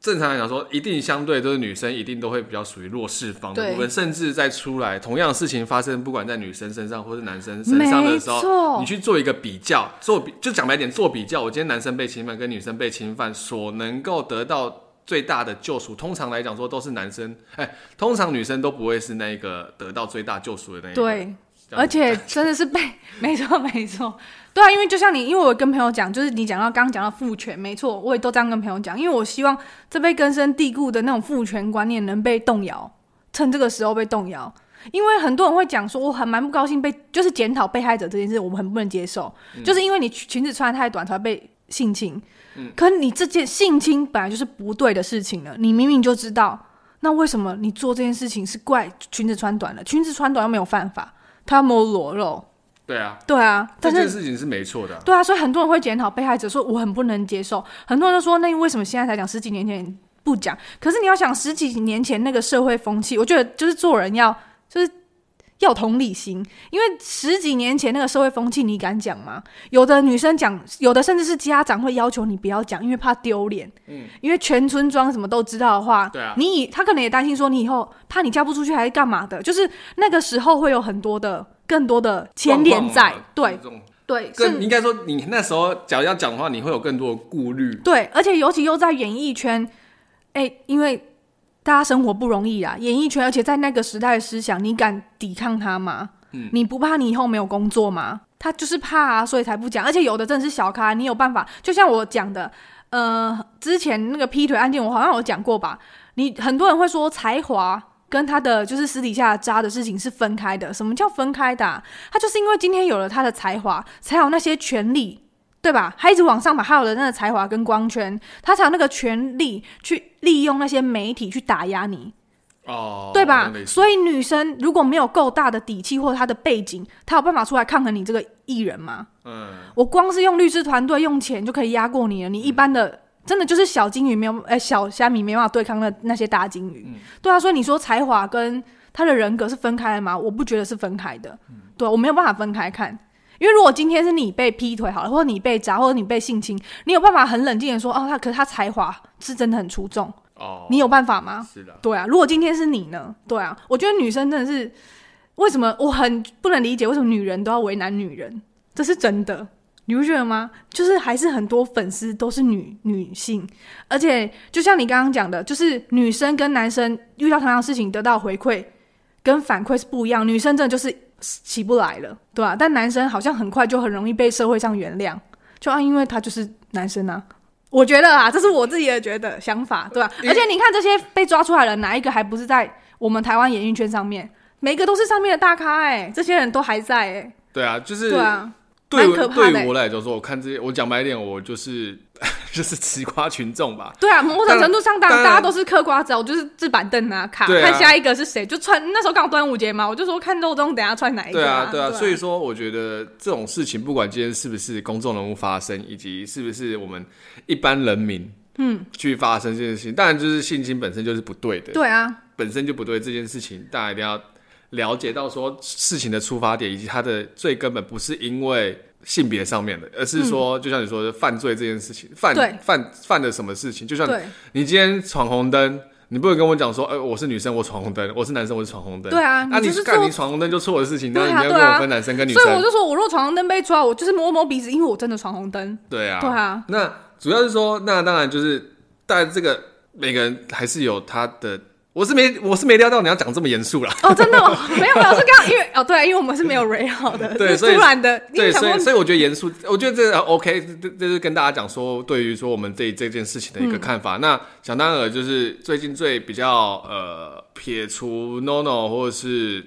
S2: 正常来讲说，一定相对都是女生一定都会比较属于弱势方的
S1: 对
S2: 部分，甚至在出来同样的事情发生，不管在女生身上或是男生身上的
S1: 没
S2: 时候，
S1: 错
S2: 你，去做一个比较，做比就讲白一点，做比较，我今天男生被侵犯跟女生被侵犯所能够得到。最大的救赎，通常来讲说都是男生，哎、通常女生都不会是那个得到最大救赎的那一个。
S1: 对，
S2: 这样
S1: 而且
S2: <laughs>
S1: 真的是被，没错没错，对啊，因为就像你，因为我跟朋友讲，就是你讲到刚刚讲到父权，没错，我也都这样跟朋友讲，因为我希望这被根深蒂固的那种父权观念能被动摇，趁这个时候被动摇。因为很多人会讲说，我还蛮不高兴被，就是检讨被害者这件事，我们很不能接受，
S2: 嗯
S1: 就是因为你裙裙子穿的太短才会被性侵。
S2: 嗯
S1: 可你这件性侵本来就是不对的事情了，你明明就知道，那为什么你做这件事情是怪裙子穿短了？裙子穿短又没有犯法，他又没有裸露，
S2: 对啊，
S1: 对啊，
S2: 这
S1: 但
S2: 件
S1: 是
S2: 事情是没错的啊、
S1: 对啊，所以很多人会检讨被害者，说我很不能接受。很多人都说，那你为什么现在才讲？十几年前不讲？可是你要想十几年前那个社会风气，我觉得就是做人要就是。要有同理心，因为十几年前那个社会风气，你敢讲吗？有的女生讲，有的甚至是家长会要求你不要讲，因为怕丢脸。嗯，因为全村庄什么都知道的话，
S2: 对啊
S1: 你以他可能也担心说你以后怕你嫁不出去还是干嘛的，就是那个时候会有很多的更多的牵连在，
S2: 状况
S1: 对
S2: 嘛这种
S1: 对，甚
S2: 更应该说，你那时候假如要讲的话，你会有更多的顾虑。
S1: 对，而且尤其又在演艺圈，哎、因为大家生活不容易啊，演艺圈，而且在那个时代的思想，你敢抵抗他吗？嗯，你不怕你以后没有工作吗？他就是怕啊，所以才不讲。而且有的真的是小咖，你有办法，就像我讲的，呃，之前那个劈腿案件，我好像有讲过吧？你很多人会说才华。跟他的就是私底下渣的事情是分开的。什么叫分开的啊、他就是因为今天有了他的才华，才有那些权利，对吧？他一直往上把他有的那个才华跟光圈，他才有那个权利去利用那些媒体去打压你，
S2: 哦，
S1: 对
S2: 我
S1: 吧
S2: 懂你？意思
S1: 所以女生如果没有够大的底气或她的背景，她有办法出来抗衡你这个艺人吗？
S2: 嗯，
S1: 我光是用律师团队用钱就可以压过你了，你一般的、真的就是小金鱼没有，哎、小虾米没办法对抗那那些大金鱼。对啊，所以你说才华跟他的人格是分开的吗？我不觉得是分开的，对啊我没有办法分开看。因为如果今天是你被劈腿好了，或者你被砸，或者你被性侵，你有办法很冷静的说，哦，他可是他才华是真的很出众，
S2: 哦，
S1: 你有办法吗？
S2: 是的，
S1: 对啊，如果今天是你呢？对啊，我觉得女生真的是为什么我很不能理解，为什么女人都要为难女人？这是真的，你不觉得吗？就是还是很多粉丝都是女女性，而且就像你刚刚讲的，就是女生跟男生遇到同样的事情得到回馈跟反馈是不一样，女生真的就是起不来了，对吧、啊但男生好像很快就很容易被社会上原谅，就啊，因为他就是男生啊。我觉得啊，这是我自己的觉得想法，对吧、
S2: 因为
S1: 而且你看这些被抓出来了，哪一个还不是在我们台湾演艺圈上面？每个都是上面的大咖哎、
S2: <laughs>
S1: 这些人都还在哎、
S2: 对啊，就是
S1: 对啊，
S2: 对
S1: 蛮
S2: 我
S1: 可怕的
S2: 对于
S1: 欸
S2: 我来讲说，我看这些，我讲白一点，我就是 <laughs> 就是吃瓜群众吧。
S1: 对啊，某
S2: 当
S1: 种
S2: 然
S1: 程度上，当
S2: 当然
S1: 然大家都是嗑瓜子啊，我就是治板凳啊，卡
S2: 对啊
S1: 看下一个是谁，就穿那时候刚好端午节嘛，我就说看肉粽等下穿哪一
S2: 对
S1: 个
S2: 啊，
S1: 对
S2: 对啊，所以说我觉得这种事情，不管今天是不是公众人物发生，以及是不是我们一般人民，嗯，去发生这件事情，当然就是性侵本身就是不对的，
S1: 对啊，
S2: 本身就不对这件事情，大家一定要了解到说事情的出发点以及它的最根本不是因为性别上面的，而是说、就像你说的犯罪这件事情，犯
S1: 对
S2: 犯犯了什么事情，就像
S1: 对
S2: 你今天闯红灯。你不能跟我讲说，呃，我是女生，我闯红灯；我是男生，我是闯红灯。
S1: 对啊
S2: 那
S1: 你
S2: 你
S1: 就是
S2: 干
S1: 做
S2: 你闯红灯就错的事情，
S1: 对啊
S2: 那你要跟
S1: 对啊
S2: 我分男生跟女
S1: 所以我
S2: 生。
S1: 就说我若闯红灯被抓，我就是摸摸鼻子，因为我真的闯红灯。
S2: 对啊，
S1: 对啊，
S2: 那主要是说，那当然就是，但这个每个人还是有他的。我是没，我是没料到你要讲这么严肃啦。
S1: 哦，真的
S2: <laughs>
S1: 吗？没有没有，是刚好因为哦对，因为我们是没有 r 好的，
S2: 对
S1: 是
S2: 所以
S1: 突然的，因为
S2: 对，
S1: 想
S2: 所以
S1: 说
S2: 所以我觉得严肃，我觉得这个 OK，这这是跟大家讲说，对于说我们这这件事情的一
S1: 嗯
S2: 个看法。那想当然尔就是最近最比较呃，撇除 NONO 或者是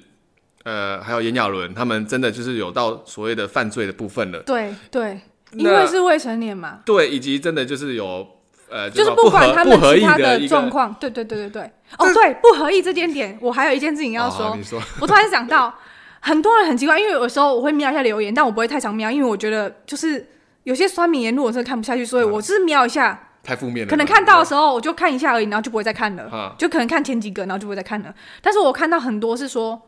S2: 呃还有炎亚纶，他们真的就是有到所谓的犯罪的部分了，
S1: 对对，因
S2: 那
S1: 为是未成年嘛，
S2: 对，以及真的就是有呃，
S1: 就是
S2: 不
S1: 管
S2: 合
S1: 他
S2: 不
S1: 们
S2: 合
S1: 其
S2: 意
S1: 他
S2: 一
S1: 的
S2: 个
S1: 状况，对对对对对。哦，对，不合意这件点，我还有一件事情要
S2: 哦好
S1: 说
S2: 你，说，
S1: 我突然想到，很多人很奇怪，因为有时候我会瞄一下留言，但我不会太常瞄，因为我觉得就是有些酸民言论我真的看不下去，
S2: 啊
S1: 所以我就是瞄一下，
S2: 太负面了吧，
S1: 可能看到的时候我就看一下而已，然后就不会再看
S2: 啊
S1: 了，就可能看前几个，然后就不会再看了。但是我看到很多是说，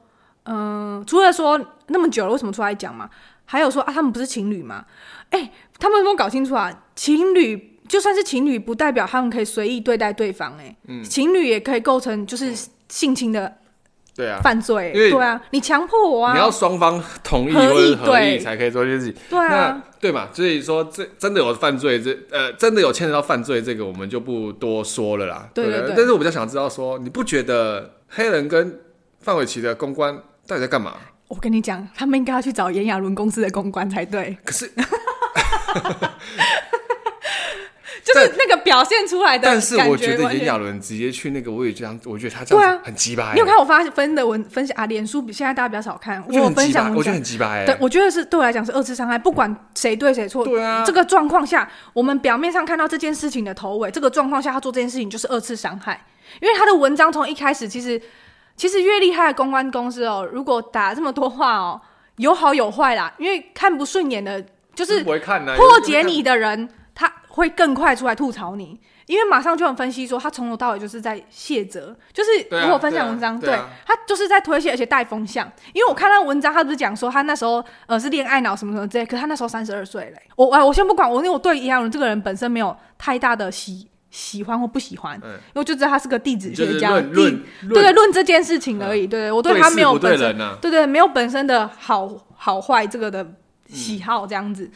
S1: 嗯、除了说那么久了，为什么出来讲嘛？还有说啊，他们不是情侣吗？哎、他们有没有搞清楚啊？情侣就算是情侣，不代表他们可以随意对待对方、欸。哎、
S2: 嗯
S1: 情侣也可以构成就是性侵的
S2: 对嗯啊，
S1: 犯罪、欸
S2: 因为
S1: 对啊，你强迫我
S2: 你要
S1: 啊，
S2: 双方同意
S1: 合
S2: 或
S1: 意
S2: 者合意
S1: 对
S2: 才可以做这件事情。
S1: 对啊，
S2: 那对嘛？所以说这真的有犯罪，这呃真的有牵扯到犯罪，这个我们就不多说了啦。
S1: 对
S2: 不
S1: 对对
S2: 但是我比较想知道说，你不觉得黑人跟范玮琪的公关到底在干嘛？
S1: 我跟你讲，他们应该要去找炎亚纶公司的公关才对，
S2: 可 <laughs> 是，
S1: 就是那个表现出来的
S2: 但是我
S1: 感
S2: 觉得
S1: 完全
S2: 炎亚纶直接去那个，我也这样，我觉得他这
S1: 对
S2: 样
S1: 啊
S2: 子很鸡巴、欸。
S1: 你有看我发分的文分享啊？脸书比现在大家比较少看，
S2: 我
S1: 我
S2: 觉得
S1: 有
S2: 很
S1: 分
S2: 鸡巴，
S1: 享
S2: 我
S1: 文
S2: 觉得
S1: 章
S2: 很。鸡巴、欸。
S1: 对，我觉得是对我来讲是二次伤害，不管谁对谁错。
S2: 对啊
S1: 这个状况下，我们表面上看到这件事情的头尾，这个状况下他做这件事情就是二次伤害，因为他的文章从一开始其实其实越厉害的公关公司哦，如果打这么多话哦，有好有坏啦，因为看不顺眼的，就是
S2: 不会看啊呢、
S1: 破解你的人，他会更快出来吐槽你，因为马上就很分析说他从头到尾就是在卸责，就是
S2: 对啊
S1: 如果分享文章，
S2: 对啊对啊
S1: 他就是在推卸，而且带风向。因为我看到文章，他不是讲说他那时候呃是恋爱脑什么什么之类，可是他那时候三十二岁嘞。我哎，我先不管，我因为我对炎亚纶这个人本身没有太大的喜喜欢或不喜欢，因
S2: 嗯
S1: 为我就知道他是个地质
S2: 就是
S1: 学家，
S2: 论
S1: 地
S2: 论
S1: 对对
S2: 论嗯
S1: 论这件事情而已，对对，我
S2: 对
S1: 他
S2: 事
S1: 没有
S2: 不对
S1: 本身
S2: 人啊呐、
S1: 对对，没有本身的好好坏这个的喜好这样子。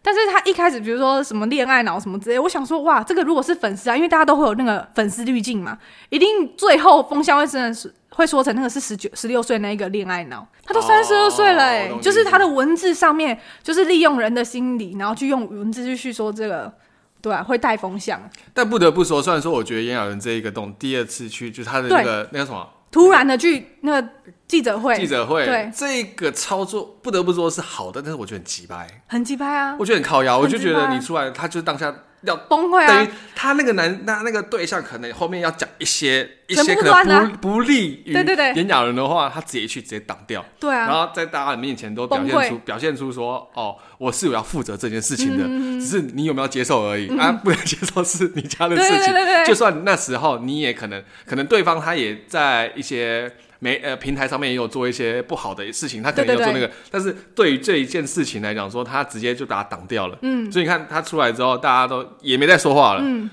S1: 但是他一开始，比如说什么恋爱脑什么之类，我想说，哇，这个如果是粉丝啊，因为大家都会有那个粉丝滤镜嘛，一定最后风向会真的是会说成那个是十九、十六岁那一个恋爱脑，他都
S2: 哦
S1: 三十二岁了、欸，
S2: 我懂
S1: 就是
S2: 意思
S1: 他的文字上面就是利用人的心理，然后去用文字去叙说这个，对、啊，会带风向，
S2: 但不得不说，虽然说我觉得炎亚纶这一个动第二次去，就是他的那个那个什么
S1: 突然的去那个记者会，
S2: 记者会，
S1: 对
S2: 这个操作不得不说是好的，但是我觉得很鸡掰，
S1: 很鸡掰啊，
S2: 我觉得很靠腰，我
S1: 很
S2: 就
S1: 鸡
S2: 觉
S1: 掰啊
S2: 得你出来，他就当下要。
S1: 崩溃
S2: 等
S1: 啊
S2: 于，他那个男，那那个对象可能后面要讲一些一
S1: 全
S2: 些
S1: 部
S2: 可
S1: 都乱啊
S2: 能不不利于
S1: 对对对
S2: 炎亚纶的话，他直接去直接挡掉，
S1: 对啊，
S2: 然后在大家面前都表
S1: 崩
S2: 现
S1: 溃
S2: 出表现出说，哦，我是有要负责这件事情的，
S1: 嗯
S2: 只是你有没有接受而已、啊， <laughs> 不能接受是你家的事情。
S1: 对对对对对
S2: 就算那时候你也可能，可能对方他也在一些媒呃平台上面也有做一些不好的事情，他可能
S1: 对
S2: 要
S1: 对
S2: 做那个，但是对于这一件事情来讲说，他直接就把他挡掉了。嗯，所以你看他出来之后，大家都也没再说话了。嗯，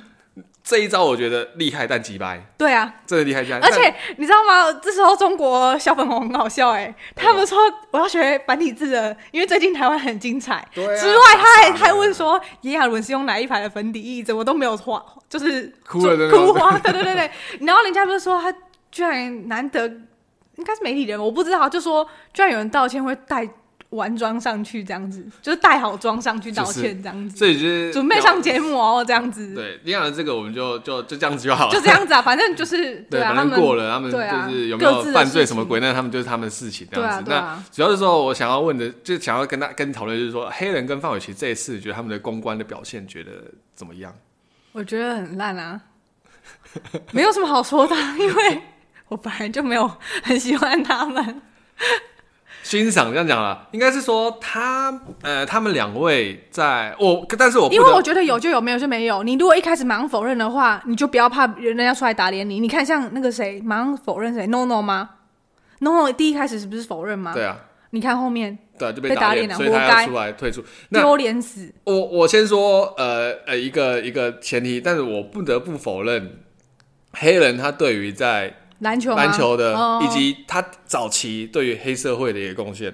S2: 这一招我觉得厉害但鸡掰，
S1: 对啊，
S2: 真的厉害但
S1: 而且你知道吗？这时候中国小粉红很好笑哎、他们说我要学繁体字的，因为最近台湾很精彩。
S2: 对啊
S1: 之外，他还
S2: 傻傻的
S1: 还问说炎亚纶是用哪一排的粉底液，怎么都没有花，就是
S2: 哭
S1: 就
S2: 了真的
S1: 哭花。 <laughs> 对对对对，然后人家不是说他居然难得，应该是媒体人，我不知道，就说居然有人道歉会带完妆上去这样子，就是带好妆上去道歉这样子，
S2: 这也是
S1: 准备上节目哦这样子，
S2: 对，你讲这个我们就就就这样子就好了，
S1: 就这样子啊，反正就是
S2: 对，
S1: 啊，
S2: 反
S1: 他
S2: 正
S1: 们
S2: 过了，他们就
S1: 对啊
S2: 是有没有
S1: 各自的
S2: 犯罪
S1: 事
S2: 什么
S1: 情
S2: 鬼，那他们就是他们的事情这样子。
S1: 对啊对啊
S2: 那主要是说，我想要问的，就想要跟他跟你讨论，就是说黑人跟范玮琪这一次，觉得他们的公关的表现觉得怎么样？
S1: 我觉得很烂啊， <laughs> 没有什么好说的，因
S2: <laughs>
S1: 为我本来就没有很喜欢他们。
S2: 欣赏这样讲啦，应该是说他呃，他们两位在我，但是我不
S1: 因为我
S2: 得
S1: 觉得有就有，没有就没有。你如果一开始马上否认的话，你就不要怕人家出来打脸你。你看像那个谁，马上否认谁，NONO 吗？NONO 第一开始是不是否认吗？
S2: 对啊，
S1: 你看后面
S2: 对啊，就
S1: 被打
S2: 打
S1: 脸了
S2: 所以他
S1: 活该
S2: 要出来退出。那
S1: 丢脸死，
S2: 我我先说，呃呃，一个一个前提，但是我不得不否认，黑人他对于在
S1: 篮球吗
S2: 篮球的，
S1: 哦
S2: 以及他早期对于黑社会的一个贡献，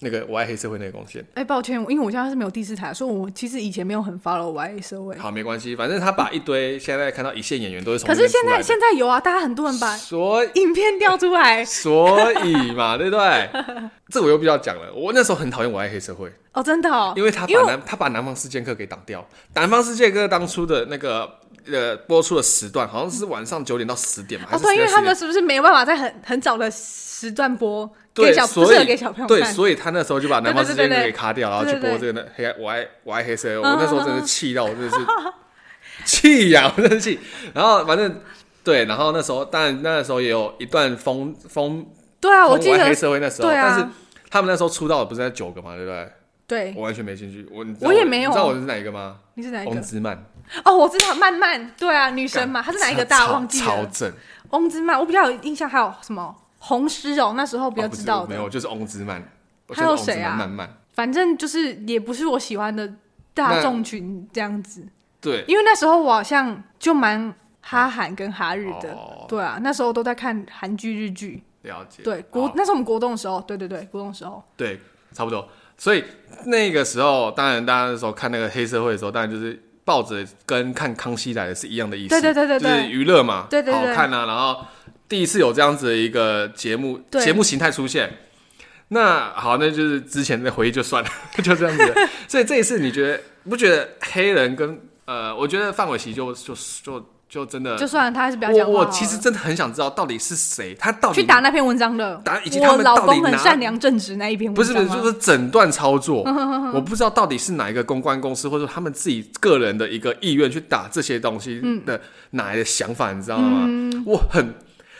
S2: 那个我爱黑社会那个贡献。
S1: 哎、抱歉，因为我现在是没有第四台，所以我其实以前没有很 follow 我爱社会。
S2: 好，没关系，反正他把一堆现在看到一线演员都是从
S1: 可
S2: 那
S1: 是
S2: 边
S1: 现
S2: 出来
S1: 在
S2: 的
S1: 现在有啊，大家很多人把
S2: 所以
S1: 影片调出来，
S2: 所以嘛，对不对？ <laughs> 这我又必须要讲了。我那时候很讨厌我爱黑社会，
S1: 哦，真的哦，
S2: 因为他
S1: 因为
S2: 把南他把南方四剑客给挡掉。南方四剑客当初的那个呃播出的时段好像是晚上九点到十点嘛，还
S1: 哦，
S2: 是10
S1: 对，因为
S2: 点
S1: 他们是不是没有办法在很很早的时段播
S2: 对，
S1: 给小不
S2: 所
S1: 适合
S2: 以
S1: 给小朋友
S2: 对，
S1: 看？
S2: 所以他那时候就把南方之间
S1: 对对对对
S2: 给卡掉，然后去
S1: 对对
S2: 播
S1: 对
S2: 这个那黑我爱我爱黑社会，
S1: 嗯
S2: 我那时候真的是气到，我真的是 <laughs> 气呀，我真的气。然后反正对，然后那时候当然那时候也有一段风风，
S1: 对啊，我
S2: 风
S1: 记
S2: 我爱
S1: 得
S2: 黑社会那时候，
S1: 对啊
S2: 但是他们那时候出道的不是在九个嘛，对不对？
S1: 对，
S2: 我完全没兴趣，我你知道
S1: 我也没有
S2: 你知道我是哪一个吗？
S1: 你是哪一
S2: 翁
S1: 个？
S2: 之曼，
S1: 哦，我知道，曼曼，对啊，女神嘛，她是哪一个大
S2: 超
S1: 忘记
S2: 超
S1: 了？
S2: 正，
S1: 翁之曼，我比较有印象，还有什么红狮哦，那时候比较
S2: 哦不是
S1: 知道
S2: 没
S1: 的，
S2: 有，就是翁之曼，我
S1: 还有
S2: 就是翁之
S1: 谁
S2: 曼
S1: 啊
S2: 慢慢。
S1: 反正就是也不是我喜欢的大众群这样子。
S2: 对，
S1: 因为那时候我好像就蛮哈韩跟哈日的，
S2: 哦
S1: 对啊，那时候都在看韩剧、日剧。
S2: 了解。
S1: 对，国
S2: 好
S1: 那是我们国中的时候，对对对，国中的时候，
S2: 对，差不多。所以那个时候，当然大家那时候看那个黑社会的时候，当然就是抱着跟看《康熙来了》是一样的意思，
S1: 对对对对
S2: 就是
S1: 对
S2: 娱乐嘛，
S1: 对对对
S2: 好看啊。然后第一次有这样子的一个节目
S1: 对
S2: 节目形态出现。那好，那就是之前的回忆就算了， <laughs> 就这样子。所以这一次，你觉得你不觉得黑人跟呃，我觉得范玮琪就就就就真的，
S1: 就算了，他还是不要讲
S2: 呃我
S1: 话
S2: 我
S1: 好
S2: 其实
S1: 了
S2: 真的很想知道到底是谁，他到底
S1: 去打那篇文章的，
S2: 嗯打以及他
S1: 我
S2: 们
S1: 老
S2: 到底
S1: 公很
S2: 拿
S1: 善良正直那一篇文
S2: 不
S1: 章啊
S2: 是
S1: 吗，
S2: 不是，就是整段操作，我不知道到底是哪一个公关公司，或者说他们自己个人的一个意愿去打这些东西
S1: 嗯
S2: 的哪来的想法，你知道吗？我很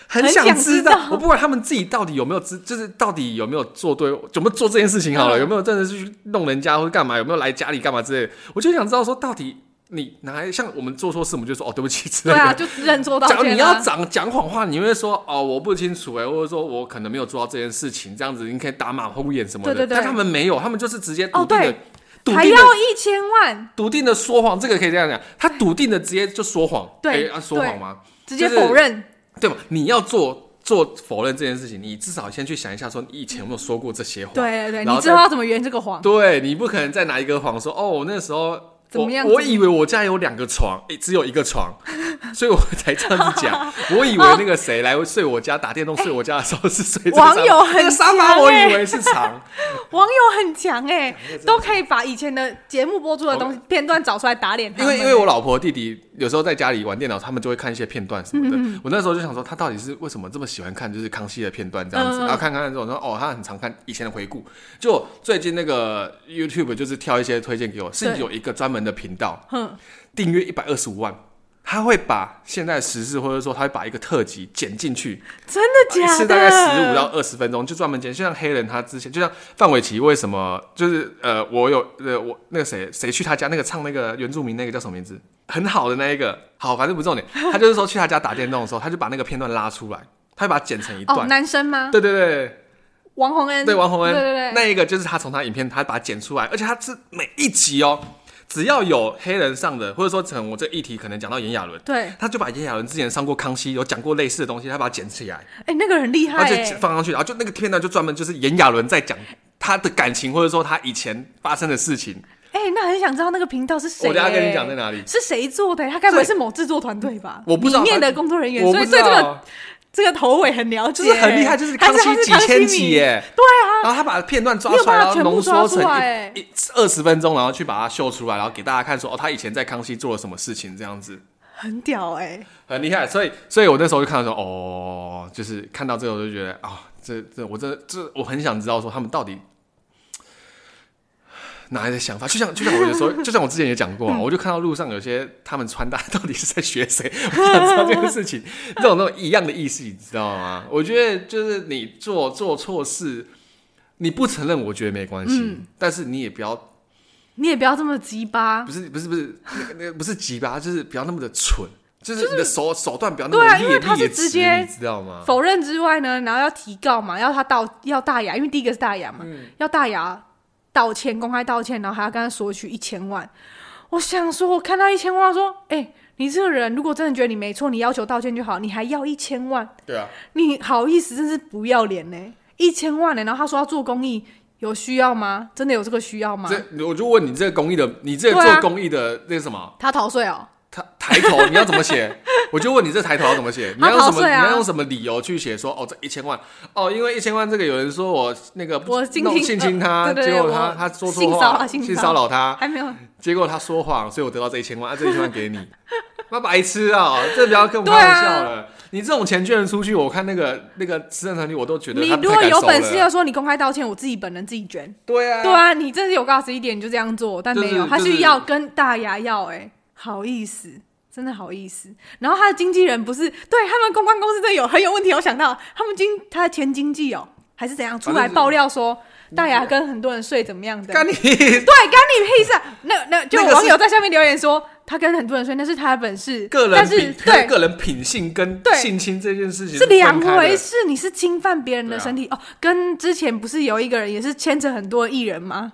S2: 很
S1: 很
S2: 想
S1: 想
S2: 知
S1: 知
S2: 道，
S1: 道
S2: 我不管他们自己到底有没有知，就是到底有没有做对，有没有做这件事情好了，
S1: 嗯
S2: 有没有真的是去弄人家或者干嘛，有没有来家里干嘛之类的，我就想知道说到底你哪来像我们做错事，我们就说哦对不起之
S1: 对
S2: 类
S1: 啊，
S2: 的。
S1: 就认错道
S2: 假如
S1: 歉
S2: 你要
S1: 啊。
S2: 讲讲谎话，你会说哦我不清楚哎，或者说我可能没有做到这件事情，这样子你可以打马虎眼什么的。
S1: 对对对
S2: 但他们没有，他们就是直接笃
S1: 哦
S2: 定的
S1: 对，
S2: 笃、
S1: 还
S2: 定的
S1: 要一千万，
S2: 笃定的说谎，这个可以这样讲，他笃定的直接就说谎，
S1: 对
S2: 哎啊说谎吗？
S1: 直接否认，
S2: 对吧？你要做做否认这件事情，你至少先去想一下，说你以前有没有说过这些话？
S1: 对对对，
S2: 然
S1: 你
S2: 后
S1: 知
S2: 再
S1: 道要怎么圆这个谎，
S2: 对你不可能再拿一个谎说哦，我那时候
S1: 怎么样
S2: 我我
S1: 怎么
S2: 以为我家有两个床，诶，只有一个床， <laughs> 所以我才这样子讲。
S1: <laughs>
S2: 我以为那个谁来睡我家打电动睡我家的时候是睡这个
S1: 网
S2: 沙
S1: 友
S2: 发那个
S1: 很
S2: 沙发，
S1: 强
S2: 我
S1: 欸
S2: 以为是床。
S1: 网友很强哎，都可以把以前的节目播出的东西片段找出来打脸他
S2: <laughs> 因
S1: 们
S2: 为因为我老婆弟弟有时候在家里玩电脑，他们就会看一些片段什么的。
S1: 嗯
S2: 我那时候就想说，他到底是为什么这么喜欢看就是康熙的片段这样
S1: 嗯
S2: 子？
S1: 嗯嗯
S2: 然后看看之后说，哦，他很常看以前的回顾。就最近那个 YouTube 就是挑一些推荐给我，是
S1: 对
S2: 有一个专门的频道，
S1: <laughs> 哼，
S2: 订阅一百二十五万，他会把现在的时事，或者说他会把一个特辑剪进去，
S1: 真的
S2: 一
S1: 假
S2: 次
S1: 的？
S2: 大概十五到二十分钟，就专门剪。就像黑人他之前，就像范玮琪为什么就是呃，我有呃我那个谁谁去他家那个唱那个原住民那个叫什么名字？很好的那一个，好，反正不重点。他就是说去他家打电动的时候，他就把那个片段拉出来，他会把它剪成一
S1: 哦，
S2: 段。
S1: 男生吗？
S2: 对对对，
S1: 王洪恩，
S2: 对王洪恩，
S1: 对对对，
S2: 那一个就是他从他影片他把它剪出来，而且他是每一集哦，只要有黑人上的，或者说可能我这议题可能讲到炎亚纶，
S1: 对，
S2: 他就把炎亚纶之前上过康熙有讲过类似的东西，他把它剪起来，
S1: 哎，那个很厉害
S2: 而且
S1: 哎，
S2: 放上去，然后就那个片段就专门就是炎亚纶在讲。他的感情，或者说他以前发生的事情，
S1: 哎，那很想知道那个频道是谁哎。
S2: 我等一下跟你讲在哪里
S1: 是谁做的？他该不会是某制作团队吧？
S2: 我不知道
S1: 里面的工作人员，
S2: 我
S1: 所以
S2: 不知
S1: 对这个
S2: 道，啊
S1: 这个头尾很了解，
S2: 就是很厉害，就是
S1: 他
S2: 康熙
S1: 他是
S2: 几
S1: 康熙
S2: 千
S1: 迷
S2: 集耶，
S1: 对啊，
S2: 然后他把片段抓
S1: 你有
S2: 出来，
S1: 办法
S2: 然后
S1: 全部
S2: 浓缩
S1: 抓出
S2: 成
S1: 来
S2: 一一二十分钟，然后去把它秀出来，然后给大家看说哦，他以前在康熙做了什么事情，这样子
S1: 很屌哎，
S2: 很厉害。所以，所以我那时候就看到说，哦，就是看到这个我就觉得啊、这这我真的这我很想知道说他们到底。哪来的想法？就像就像我有时候，就像我之前也讲过啊，我就看到路上有些他们穿搭到底是在学谁，我想知道这个事情，这种那种一样的意思，你知道吗？我觉得就是你做做错事，你不承认，我觉得没关系，但是你也不要
S1: 你也不要这么鸡巴
S2: 不，是不是不是那个那个不是急吧，就是不要那么的蠢，就是你的手、手段不要那
S1: 对
S2: 么
S1: 啊
S2: 劣
S1: 因为他是
S2: 劣质
S1: 直接
S2: 你知道吗？
S1: 否认之外呢，然后要提告嘛，要他道要大牙，因为第一个是大牙嘛，
S2: 嗯
S1: 要大牙道歉，公开道歉，然后还要跟他索取一千万。我想说，我看到一千万，说，哎、你这个人如果真的觉得你没错，你要求道歉就好，你还要一千万，
S2: 对啊，
S1: 你好意思，真是不要脸呢、一千万呢、然后他说要做公益，有需要吗？真的有这个需要吗？
S2: 这我就问你，这个公益的，你这个
S1: 对啊
S2: 做公益的那个什么
S1: 他逃税哦，
S2: 抬抬头，你要怎么写？我就问你这抬头要怎么写？你
S1: 他
S2: 要用什
S1: 逃
S2: 么？
S1: 税啊
S2: 你要用什么理由去写说哦这一千万哦，因为一千万这个有人说我那个
S1: 我性侵
S2: 弄性侵他，
S1: 呃对对对
S2: 结果他
S1: 我
S2: 他说
S1: 性
S2: 错
S1: 骚
S2: 话，
S1: 扰性
S2: 性
S1: 骚
S2: 骚扰他，
S1: 还没有。
S2: 结果他说谎，所以我得到这一千万，啊，这一千万给你， <laughs> 那白痴啊、这不要跟我们
S1: 对
S2: 开玩
S1: 啊
S2: 笑了。你这种钱捐出去，我看那个那个慈善团体，我都觉得
S1: 你
S2: 他
S1: 如
S2: 不
S1: 果
S2: 太敢
S1: 有
S2: 收
S1: 本事
S2: 了
S1: 要说你公开道歉，我自己本人自己捐。
S2: 对啊，
S1: 对啊，你真是有告诉一点你就这样做，但
S2: 就是
S1: 没有，他
S2: 就是
S1: 是要跟大牙要、欸，哎，好意思，真的好意思。然后他的经纪人不是对他们公关公司真的有很有问题，我想到他们经他的前经纪哦、还是怎样出
S2: 反
S1: 来
S2: 正是嗯
S1: 爆料说大牙跟很多人睡怎么样的，
S2: 干你
S1: 对，干你屁事啊！那那就
S2: 那
S1: 有
S2: 个是
S1: 网友在下面留言说他跟很多人睡，那是他的本事，
S2: 个人
S1: 但是
S2: 品他
S1: 对
S2: 个人品性跟
S1: 对
S2: 性侵这件事情
S1: 是两
S2: 分开的
S1: 回事，啊你是侵犯别人的
S2: 对啊
S1: 身体、哦。跟之前不是有一个人也是牵扯很多艺人吗？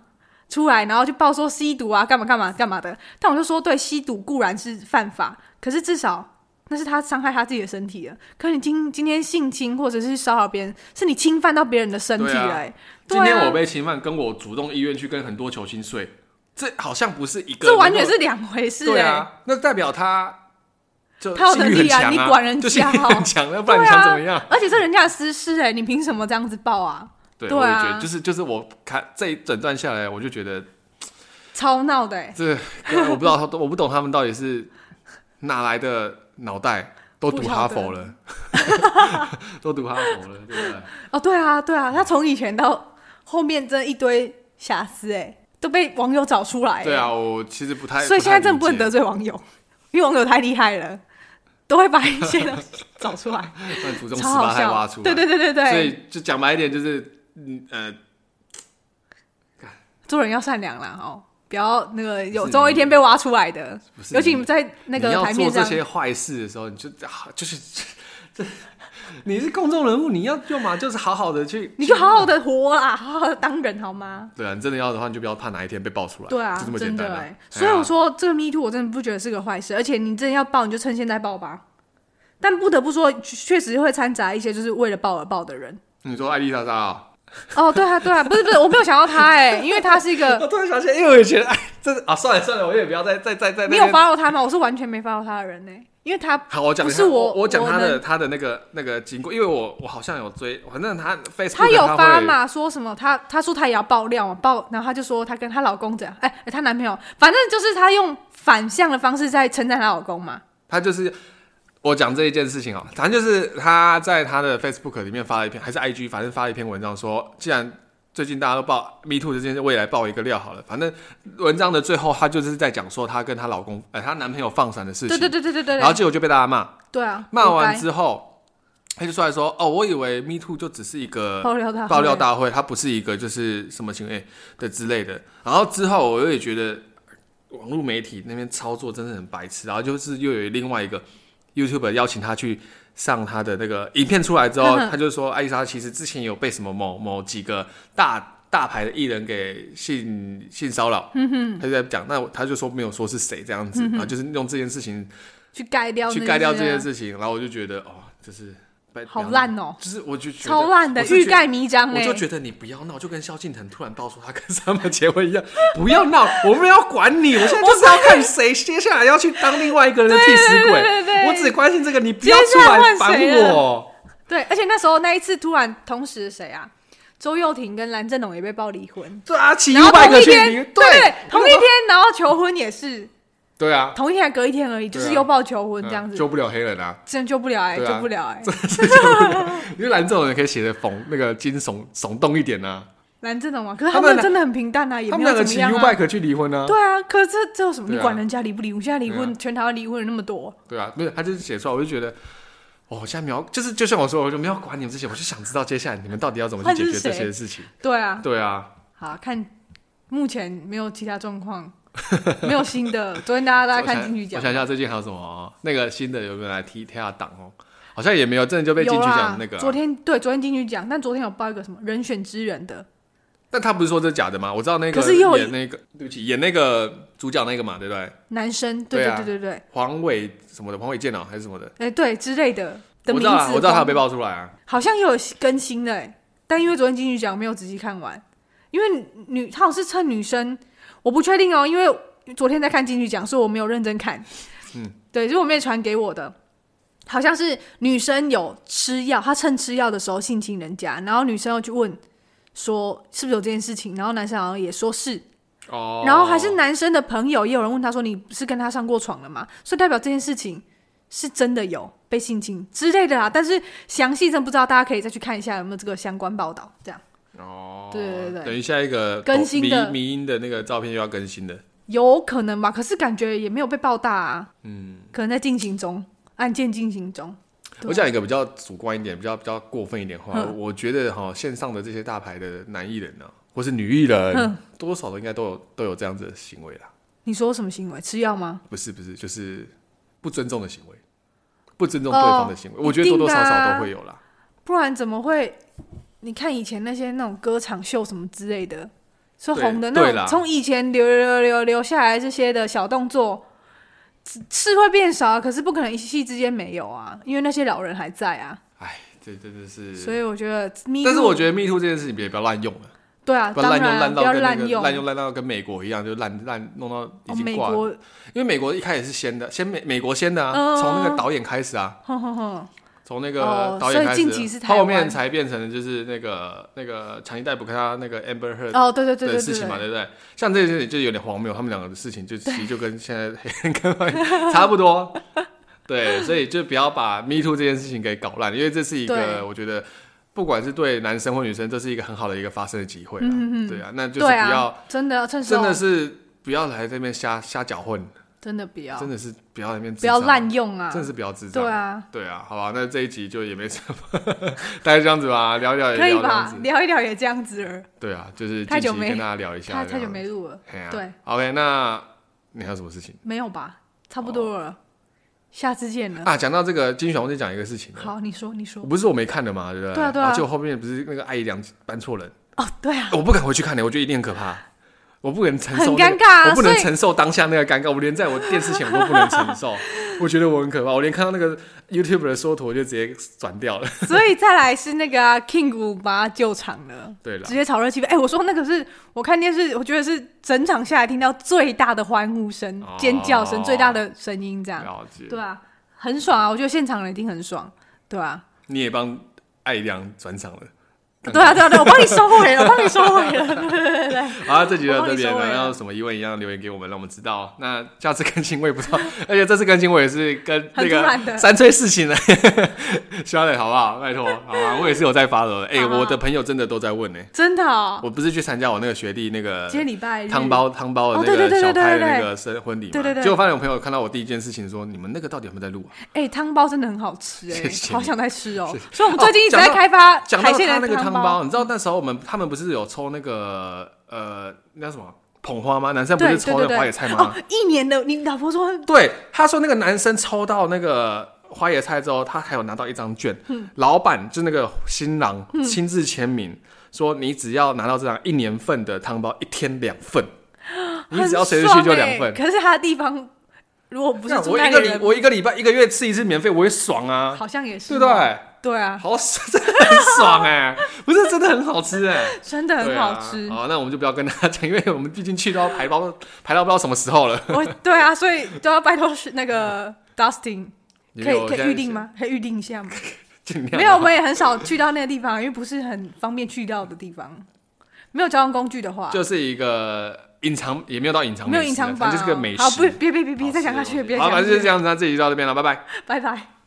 S1: 出来，然后就报说吸毒啊，干嘛干嘛干嘛的。但我就说，对，吸毒固然是犯法，可是至少那是他伤害他自己的身体了。可是你今今天性侵或者是骚扰别人，是你侵犯到别人的身体
S2: 对啊
S1: 了、欸。对
S2: 今
S1: 啊，
S2: 天我被侵犯，跟我主动意愿去跟很多球星睡，这好像不是一个能够，
S1: 这完全是两回事、欸。
S2: 对啊，那代表他就
S1: 他有
S2: 性欲
S1: 能
S2: 很
S1: 力啊
S2: 强啊，
S1: 你管人
S2: 就性欲
S1: 家哦
S2: 很强，要不然你想怎么样？ <laughs>
S1: 而且是人家的私事哎、你凭什么这样子报啊？
S2: 对，
S1: 对
S2: 我也
S1: 啊
S2: 觉得就是就是我看这一整段下来，我就觉得
S1: 超闹的哎、
S2: 这 <laughs> 我不知道他我不懂他们到底是哪来的脑袋，都读
S1: 不
S2: 哈
S1: 晓得
S2: 佛了， <laughs> 都读哈佛了，对不对？
S1: 哦，对啊，对啊，他从以前到后面真一堆瑕疵哎、都被网友找出来、欸。
S2: 对啊，我其实不太，
S1: 所以现在真的不
S2: 不
S1: 能
S2: 太理解
S1: 得罪网友，因为网友太厉害了，都会把一些东西找出
S2: <laughs>
S1: 来，
S2: 把祖宗十
S1: 超好
S2: 八害挖
S1: 笑。
S2: 出来，
S1: 对对对对
S2: 所
S1: 对，
S2: 以就讲白一点，就是嗯呃，
S1: 做人要善良啦哦，不要那个有
S2: 是
S1: 总有一天被挖出来的
S2: 不，是
S1: 尤其你们在那
S2: 你
S1: 个
S2: 要
S1: 台
S2: 做
S1: 面
S2: 这
S1: 上，
S2: 些坏事的时候，你就啊就是 <laughs> 这。你是公众人物，你要要嘛就是好好的去，
S1: 你就好好的活啦，好好的当人好吗？
S2: 对啊，你真的要的话，你就不要怕哪一天被爆出来，
S1: 对啊
S2: 就这，么简
S1: 真
S2: 单
S1: 的
S2: 啊、
S1: 哎、
S2: 哎
S1: 所以
S2: 呀
S1: 我说这个 Me Too 我真的不觉得是个坏事，而且你真的要报你就趁现在报吧。但不得不说，确实会掺杂一些就是为了报而报的人。
S2: 你说艾丽莎莎啊、
S1: 哦，对啊，对啊，不是不是，我没有想到他哎、因为他是一
S2: <laughs>
S1: 个
S2: 我突然想起来，因为我以前哎，真的啊，算了算了，我也不要再再再再。
S1: 你
S2: 再
S1: 有 follow 他吗？我是完全没 follow 他的人呢、欸因为他
S2: 好，我讲一下
S1: 不是我
S2: 我讲他
S1: 我
S2: 的
S1: 能
S2: 他的那个那个经过，因为我我好像有追，反正他 Facebook
S1: 他有发
S2: 会，
S1: 嘛，说什么他他说他也要爆料嘛，爆，然后他就说他跟她老公怎样，哎、哎她男朋友，反正就是他用反向的方式在称赞她老公嘛。
S2: 他就是我讲这一件事情啊，反正就是他在他的 Facebook 里面发了一篇，还是 IG，反正发了一篇文章说，既然最近大家都报 Me Too 这件事，我也来爆一个料好了。反正文章的最后，她就是在讲说她跟她老公，呃，她男朋友放闪的事情。
S1: 对对对对对对
S2: 然后
S1: 对，
S2: 结果就被大家骂，
S1: 对啊，
S2: 骂完
S1: 活
S2: 之后，他就出来说：“哦，我以为 Me Too 就只是一
S1: 该
S2: 个
S1: 爆料他
S2: 爆料大会，它不是一个就是什么行为的之类的。”然后之后我也觉得网络媒体那边操作真的很白痴，然后就是又有另外一个 YouTube 邀请他去上他的那个影片出来之后，
S1: 嗯哼
S2: 他就说艾丽莎其实之前有被什么某某几个大大牌的艺人给性性骚扰，他就在讲，那我他就说没有说是谁这样子，然后就是用这件事情
S1: 去盖掉啊
S2: 去盖掉这件
S1: 事，
S2: 事情，然后我就觉得哦，就是
S1: 好，烂哦、
S2: 就是我就觉得
S1: 超烂的，
S2: 我就觉
S1: 欲盖弥彰
S2: 我
S1: 哎、
S2: 就觉得你不要闹，就跟萧敬腾突然爆出他跟 <laughs> 沙漠结婚一样，不要闹，我没有管你，我现在就是要看谁接下来要去当另外一个人的替死鬼，
S1: 对对对对对
S2: 我只关心这个，你不要
S1: 接
S2: 出
S1: 下来
S2: 来
S1: 换
S2: 烦
S1: 谁了
S2: 我。
S1: 对，而且那时候那一次突然同时谁啊，周又廷跟蓝正龙也被爆离婚，
S2: 对啊，骑
S1: 然后
S2: 五百
S1: 同
S2: 个
S1: 一
S2: 去
S1: 天
S2: 你，
S1: 对
S2: 对，
S1: 同一天，然后求婚也是。
S2: 对啊，
S1: 同一天还隔一天而已，就是又报求婚这样
S2: 嗯
S1: 子，
S2: 救不了黑人啊，
S1: 真的救不了哎、
S2: 对啊
S1: 救不了
S2: <laughs>
S1: 哎、
S2: 因为蓝这种人可以写的讽那个惊悚耸动一点啊，
S1: 蓝正龙嘛，可是他
S2: 他们
S1: 们真的很平淡啊，也
S2: 他
S1: 没
S2: 们
S1: 有
S2: 两个
S1: 怎么
S2: 骑
S1: 样
S2: U
S1: 啊。
S2: bike 去离婚啊，
S1: 对啊，可是这这有什么？
S2: 对啊
S1: 你管人家离不离婚？现在离婚，
S2: 对啊
S1: 全台湾离婚人那么多，
S2: 对啊，没有，他就是写出来，我就觉得，哦，现在没有，就是就像我说，我就没有管你们这些，我就想知道接下来你们到底要怎么去解决这些事情。
S1: 对啊。
S2: 对啊，
S1: 好看，目前没有其他状
S2: <laughs>
S1: 况，没有新的。昨天大家 <laughs> 大家看进去讲，
S2: 我想一下最近还有什么哦那个新的有没有来踢踢下档哦？好像也没有，真的就被进
S1: 有
S2: 去
S1: 啦
S2: 讲那个啊、
S1: 昨天对，昨天进去讲，但昨天有报一个什么人选之人的，
S2: 但他不是说这是假的吗？我知道那个
S1: 可是又有
S2: 演那个，对不起，演那个主角那个嘛，对不对？
S1: 男生，对
S2: 对
S1: 对
S2: 啊
S1: 对对对，哎、哎
S2: 黄伟什么的，黄伟健哦，还是什么的？
S1: 对之类的的
S2: 我
S1: 名
S2: 知
S1: 字
S2: 道啊，我知道他有
S1: 黄
S2: 被爆出来啊。
S1: 好像又有更新了、欸，但因为昨天金曲奖没有仔细看完，因为女她好像是趁女生，我不确定哦，因为昨天在看金曲奖，所以我没有认真看。
S2: 嗯，
S1: <laughs> 对，就是我妹传给我的，好像是女生有吃药，她趁吃药的时候性侵人家，然后女生又去问说是不是有这件事情，然后男生好像也说是，
S2: 哦，
S1: 然后还是男生的朋友也有人问他说你是跟他上过床了吗？所以代表这件事情是真的有被性侵之类的啦，但是详细真不知道，大家可以再去看一下有没有这个相关报道。这样
S2: 哦，
S1: 对对对
S2: 等于下一个
S1: 更新的
S2: 迷迷音的那个照片又要更新的，
S1: 有可能吧？可是感觉也没有被报大啊，
S2: 嗯。
S1: 可能在进行中，案件进行中。对
S2: 我讲一个比较主观一点、比较比较过分一点的话，
S1: 嗯
S2: 我觉得哈，线上的这些大牌的男艺人呢、啊或是女艺人
S1: 嗯，
S2: 多少的应该都有都有这样子的行为啦。
S1: 你说什么行为？吃药吗？
S2: 不是不是，就是不尊重的行为，不尊重对方的行为，我觉得多多少
S1: 哦一定的
S2: 少
S1: 啊
S2: 都会有啦。
S1: 不然怎么会？你看以前那些那种歌场秀什么之类的，是
S2: 对
S1: 红的那
S2: 对啦
S1: 种，从以前留留留留下来这些的小动作，是是会变少啊，可是不可能一夕之间没有啊，因为那些老人还在啊，
S2: 哎，这真的是。
S1: 所以我觉得 Me Too，
S2: 但是我觉得 Me Too 这件事情别不要滥用了，
S1: 对啊，
S2: 不要
S1: 当
S2: 滥
S1: 然
S2: 用
S1: 啊
S2: 滥
S1: 不
S2: 到
S1: 要
S2: 跟那个
S1: 滥用，
S2: 滥用滥到跟美国一样，就滥滥弄到已
S1: 哦
S2: 经
S1: 美
S2: 挂了。
S1: 国，
S2: 因为美国一开始是先的，先美美国先的啊，
S1: 嗯
S2: 从、那个导演开始啊，
S1: 哼哼哼，
S2: 从那个
S1: 哦
S2: 导演开始，
S1: 所以近期是台湾
S2: 后面才变成就是那个那个强尼戴普跟他那个 Amber Heard
S1: 哦，对对对
S2: 的
S1: 对
S2: 事情嘛，
S1: 对
S2: 对不对？像这些就有点荒谬，他们两个的事情就其实就跟现在黑人跟白人差不
S1: <laughs>
S2: 多，对，所以就不要把 Me Too 这件事情给搞烂，因为这是一
S1: 对
S2: 个我觉得不管是对男生或女生，这是一个很好的一个发声的机会啦，对啊，那就是
S1: 嗯对，
S2: 不
S1: 对
S2: 要、
S1: 啊，真的要趁手
S2: 真的是不要来这边瞎瞎搅混，
S1: 真的不要
S2: 真的是不要来那边
S1: 不要
S2: 智障
S1: 滥用啊，
S2: 真的是比较智障。
S1: 对啊，
S2: 对啊，好吧，那这一集就也没什么， <laughs> 大概这样子吧，聊一聊也
S1: 可以
S2: 聊这样
S1: 吧？
S2: 子。
S1: 聊一聊也这样子了，
S2: 对啊，就是
S1: 太
S2: 近
S1: 久
S2: 期
S1: 没
S2: 跟大家聊一下
S1: 太
S2: 这样子，
S1: 太久没录了，
S2: 嘿啊。
S1: 对
S2: ，OK，那你还有什么事情
S1: 没有吧？差不多了，下次见了。
S2: 哦啊？讲到这个金选，我再讲一个事情。
S1: 好，你说，你说。
S2: 不是我没看的嘛，对不对？
S1: 对啊对啊
S2: 然后结果后面不是那个艾姨良搬错人，
S1: 哦，对啊， <laughs>
S2: 我不敢回去看的，我觉得一定很可怕，我不能承受、那个，
S1: 很尴尬啊
S2: 我不能
S1: 所以
S2: 承受当下那个尴尬，我连在我电视前我都不能
S1: <laughs>
S2: 承受，我觉得我很可怕，我连看到那个 YouTube 的缩图我就直接转掉了。
S1: 所以再来是那个、啊、King 五把他救场了，
S2: 对了
S1: 直，接炒热气氛。哎、我说那个是我看电视，我觉得是整场下来听到最大的欢呼声、
S2: 哦
S1: 尖叫声、最大的声音，这样
S2: 了解。
S1: 对啊，很爽啊！我觉得现场人一定很爽，对啊，
S2: 你也帮艾良转场了。刚
S1: 对啊，对啊，对啊，我帮你收回
S2: <laughs>
S1: 了，我帮你收回了，对对对对。
S2: 好、啊，这集就
S1: 我
S2: 到
S1: 帮
S2: 这
S1: 你
S2: 边
S1: 收
S2: 了。
S1: 尾了
S2: 然后有什么疑问一样留言给我们，让我们知道。那下次更新我也不知道，而且这次更新我也是跟那
S1: 很突然
S2: 个
S1: 的
S2: 三催四请的， <laughs> 希望你好不好？拜托，好吧，我也是有在发的。哎、
S1: 好啊
S2: 我的朋友真的都在问呢、
S1: 真的、哦，
S2: 我不是去参加我那个学弟那个
S1: 今天礼拜日
S2: 汤包汤包的
S1: 哦对
S2: 那
S1: 对
S2: 个
S1: 对
S2: 小
S1: 对
S2: 开的
S1: 对对
S2: 那个生婚礼嘛，
S1: 对对对
S2: 结果发现我朋友看到我第一件事情说，你们那个到底有没有在录啊？
S1: 哎、汤包真的很好吃、哎
S2: 谢谢你
S1: 好想再吃哦
S2: 谢谢。
S1: 所以我们最近一直
S2: 哦
S1: 在
S2: 讲到
S1: 开发
S2: 讲到
S1: 海
S2: 他
S1: 鲜的
S2: 那个汤
S1: 包，嗯
S2: 包，你知道那时候我们他们不是有抽那个呃那叫什么捧花吗？男啊生不
S1: 对
S2: 是
S1: 对
S2: 抽
S1: 对对，
S2: 那个花野菜
S1: <laughs>
S2: 吗？
S1: 哦，一年的，你老婆说
S2: 对，他说那个男生抽到那个花椰菜之后，他还有拿到一张券，
S1: 嗯
S2: 老板就那个新郎亲自签名，说你只要拿到这张一年份的汤包，一天两
S1: <gasps>
S2: 份，你只要随时去就两份
S1: 很爽欸。可是他的地方如果不是
S2: 干
S1: 住
S2: 我
S1: 那
S2: 一
S1: 里
S2: 个
S1: 的
S2: 礼
S1: 人，
S2: 我一个礼拜一个月吃一次免费，我也爽啊，
S1: 好像也是
S2: 对
S1: 哦，
S2: 不对？
S1: 对啊，
S2: 好爽， <laughs> 真的很爽哎、不是真的很好吃哎、
S1: 真的很
S2: 对啊
S1: 好吃。
S2: 好，那我们就不要跟大家讲，因为我们毕竟去都要排到排到不知道什么时候了。
S1: 我对啊，所以都要拜托是那
S2: <laughs>
S1: 个 Dustin，可以可以预定？吗？可以预定一下吗？
S2: 尽量啊
S1: 没有，我们也很少去到那个地方，因为不是很方便去到的地方。没有交通工具的话，
S2: 就是一个隐藏，也没有到隐藏美食，
S1: 没有隐藏
S2: 反
S1: 版啊，
S2: 正就是个美食。
S1: 好，不，别别别别
S2: 好
S1: 再
S2: 吃
S1: 讲
S2: 的
S1: 下
S2: 东
S1: 去，
S2: 西
S1: 别再
S2: 好，
S1: 讲
S2: 反
S1: 下
S2: 正就是
S1: 去
S2: 这，样子，那这集就到这边了，拜拜。
S1: 拜拜。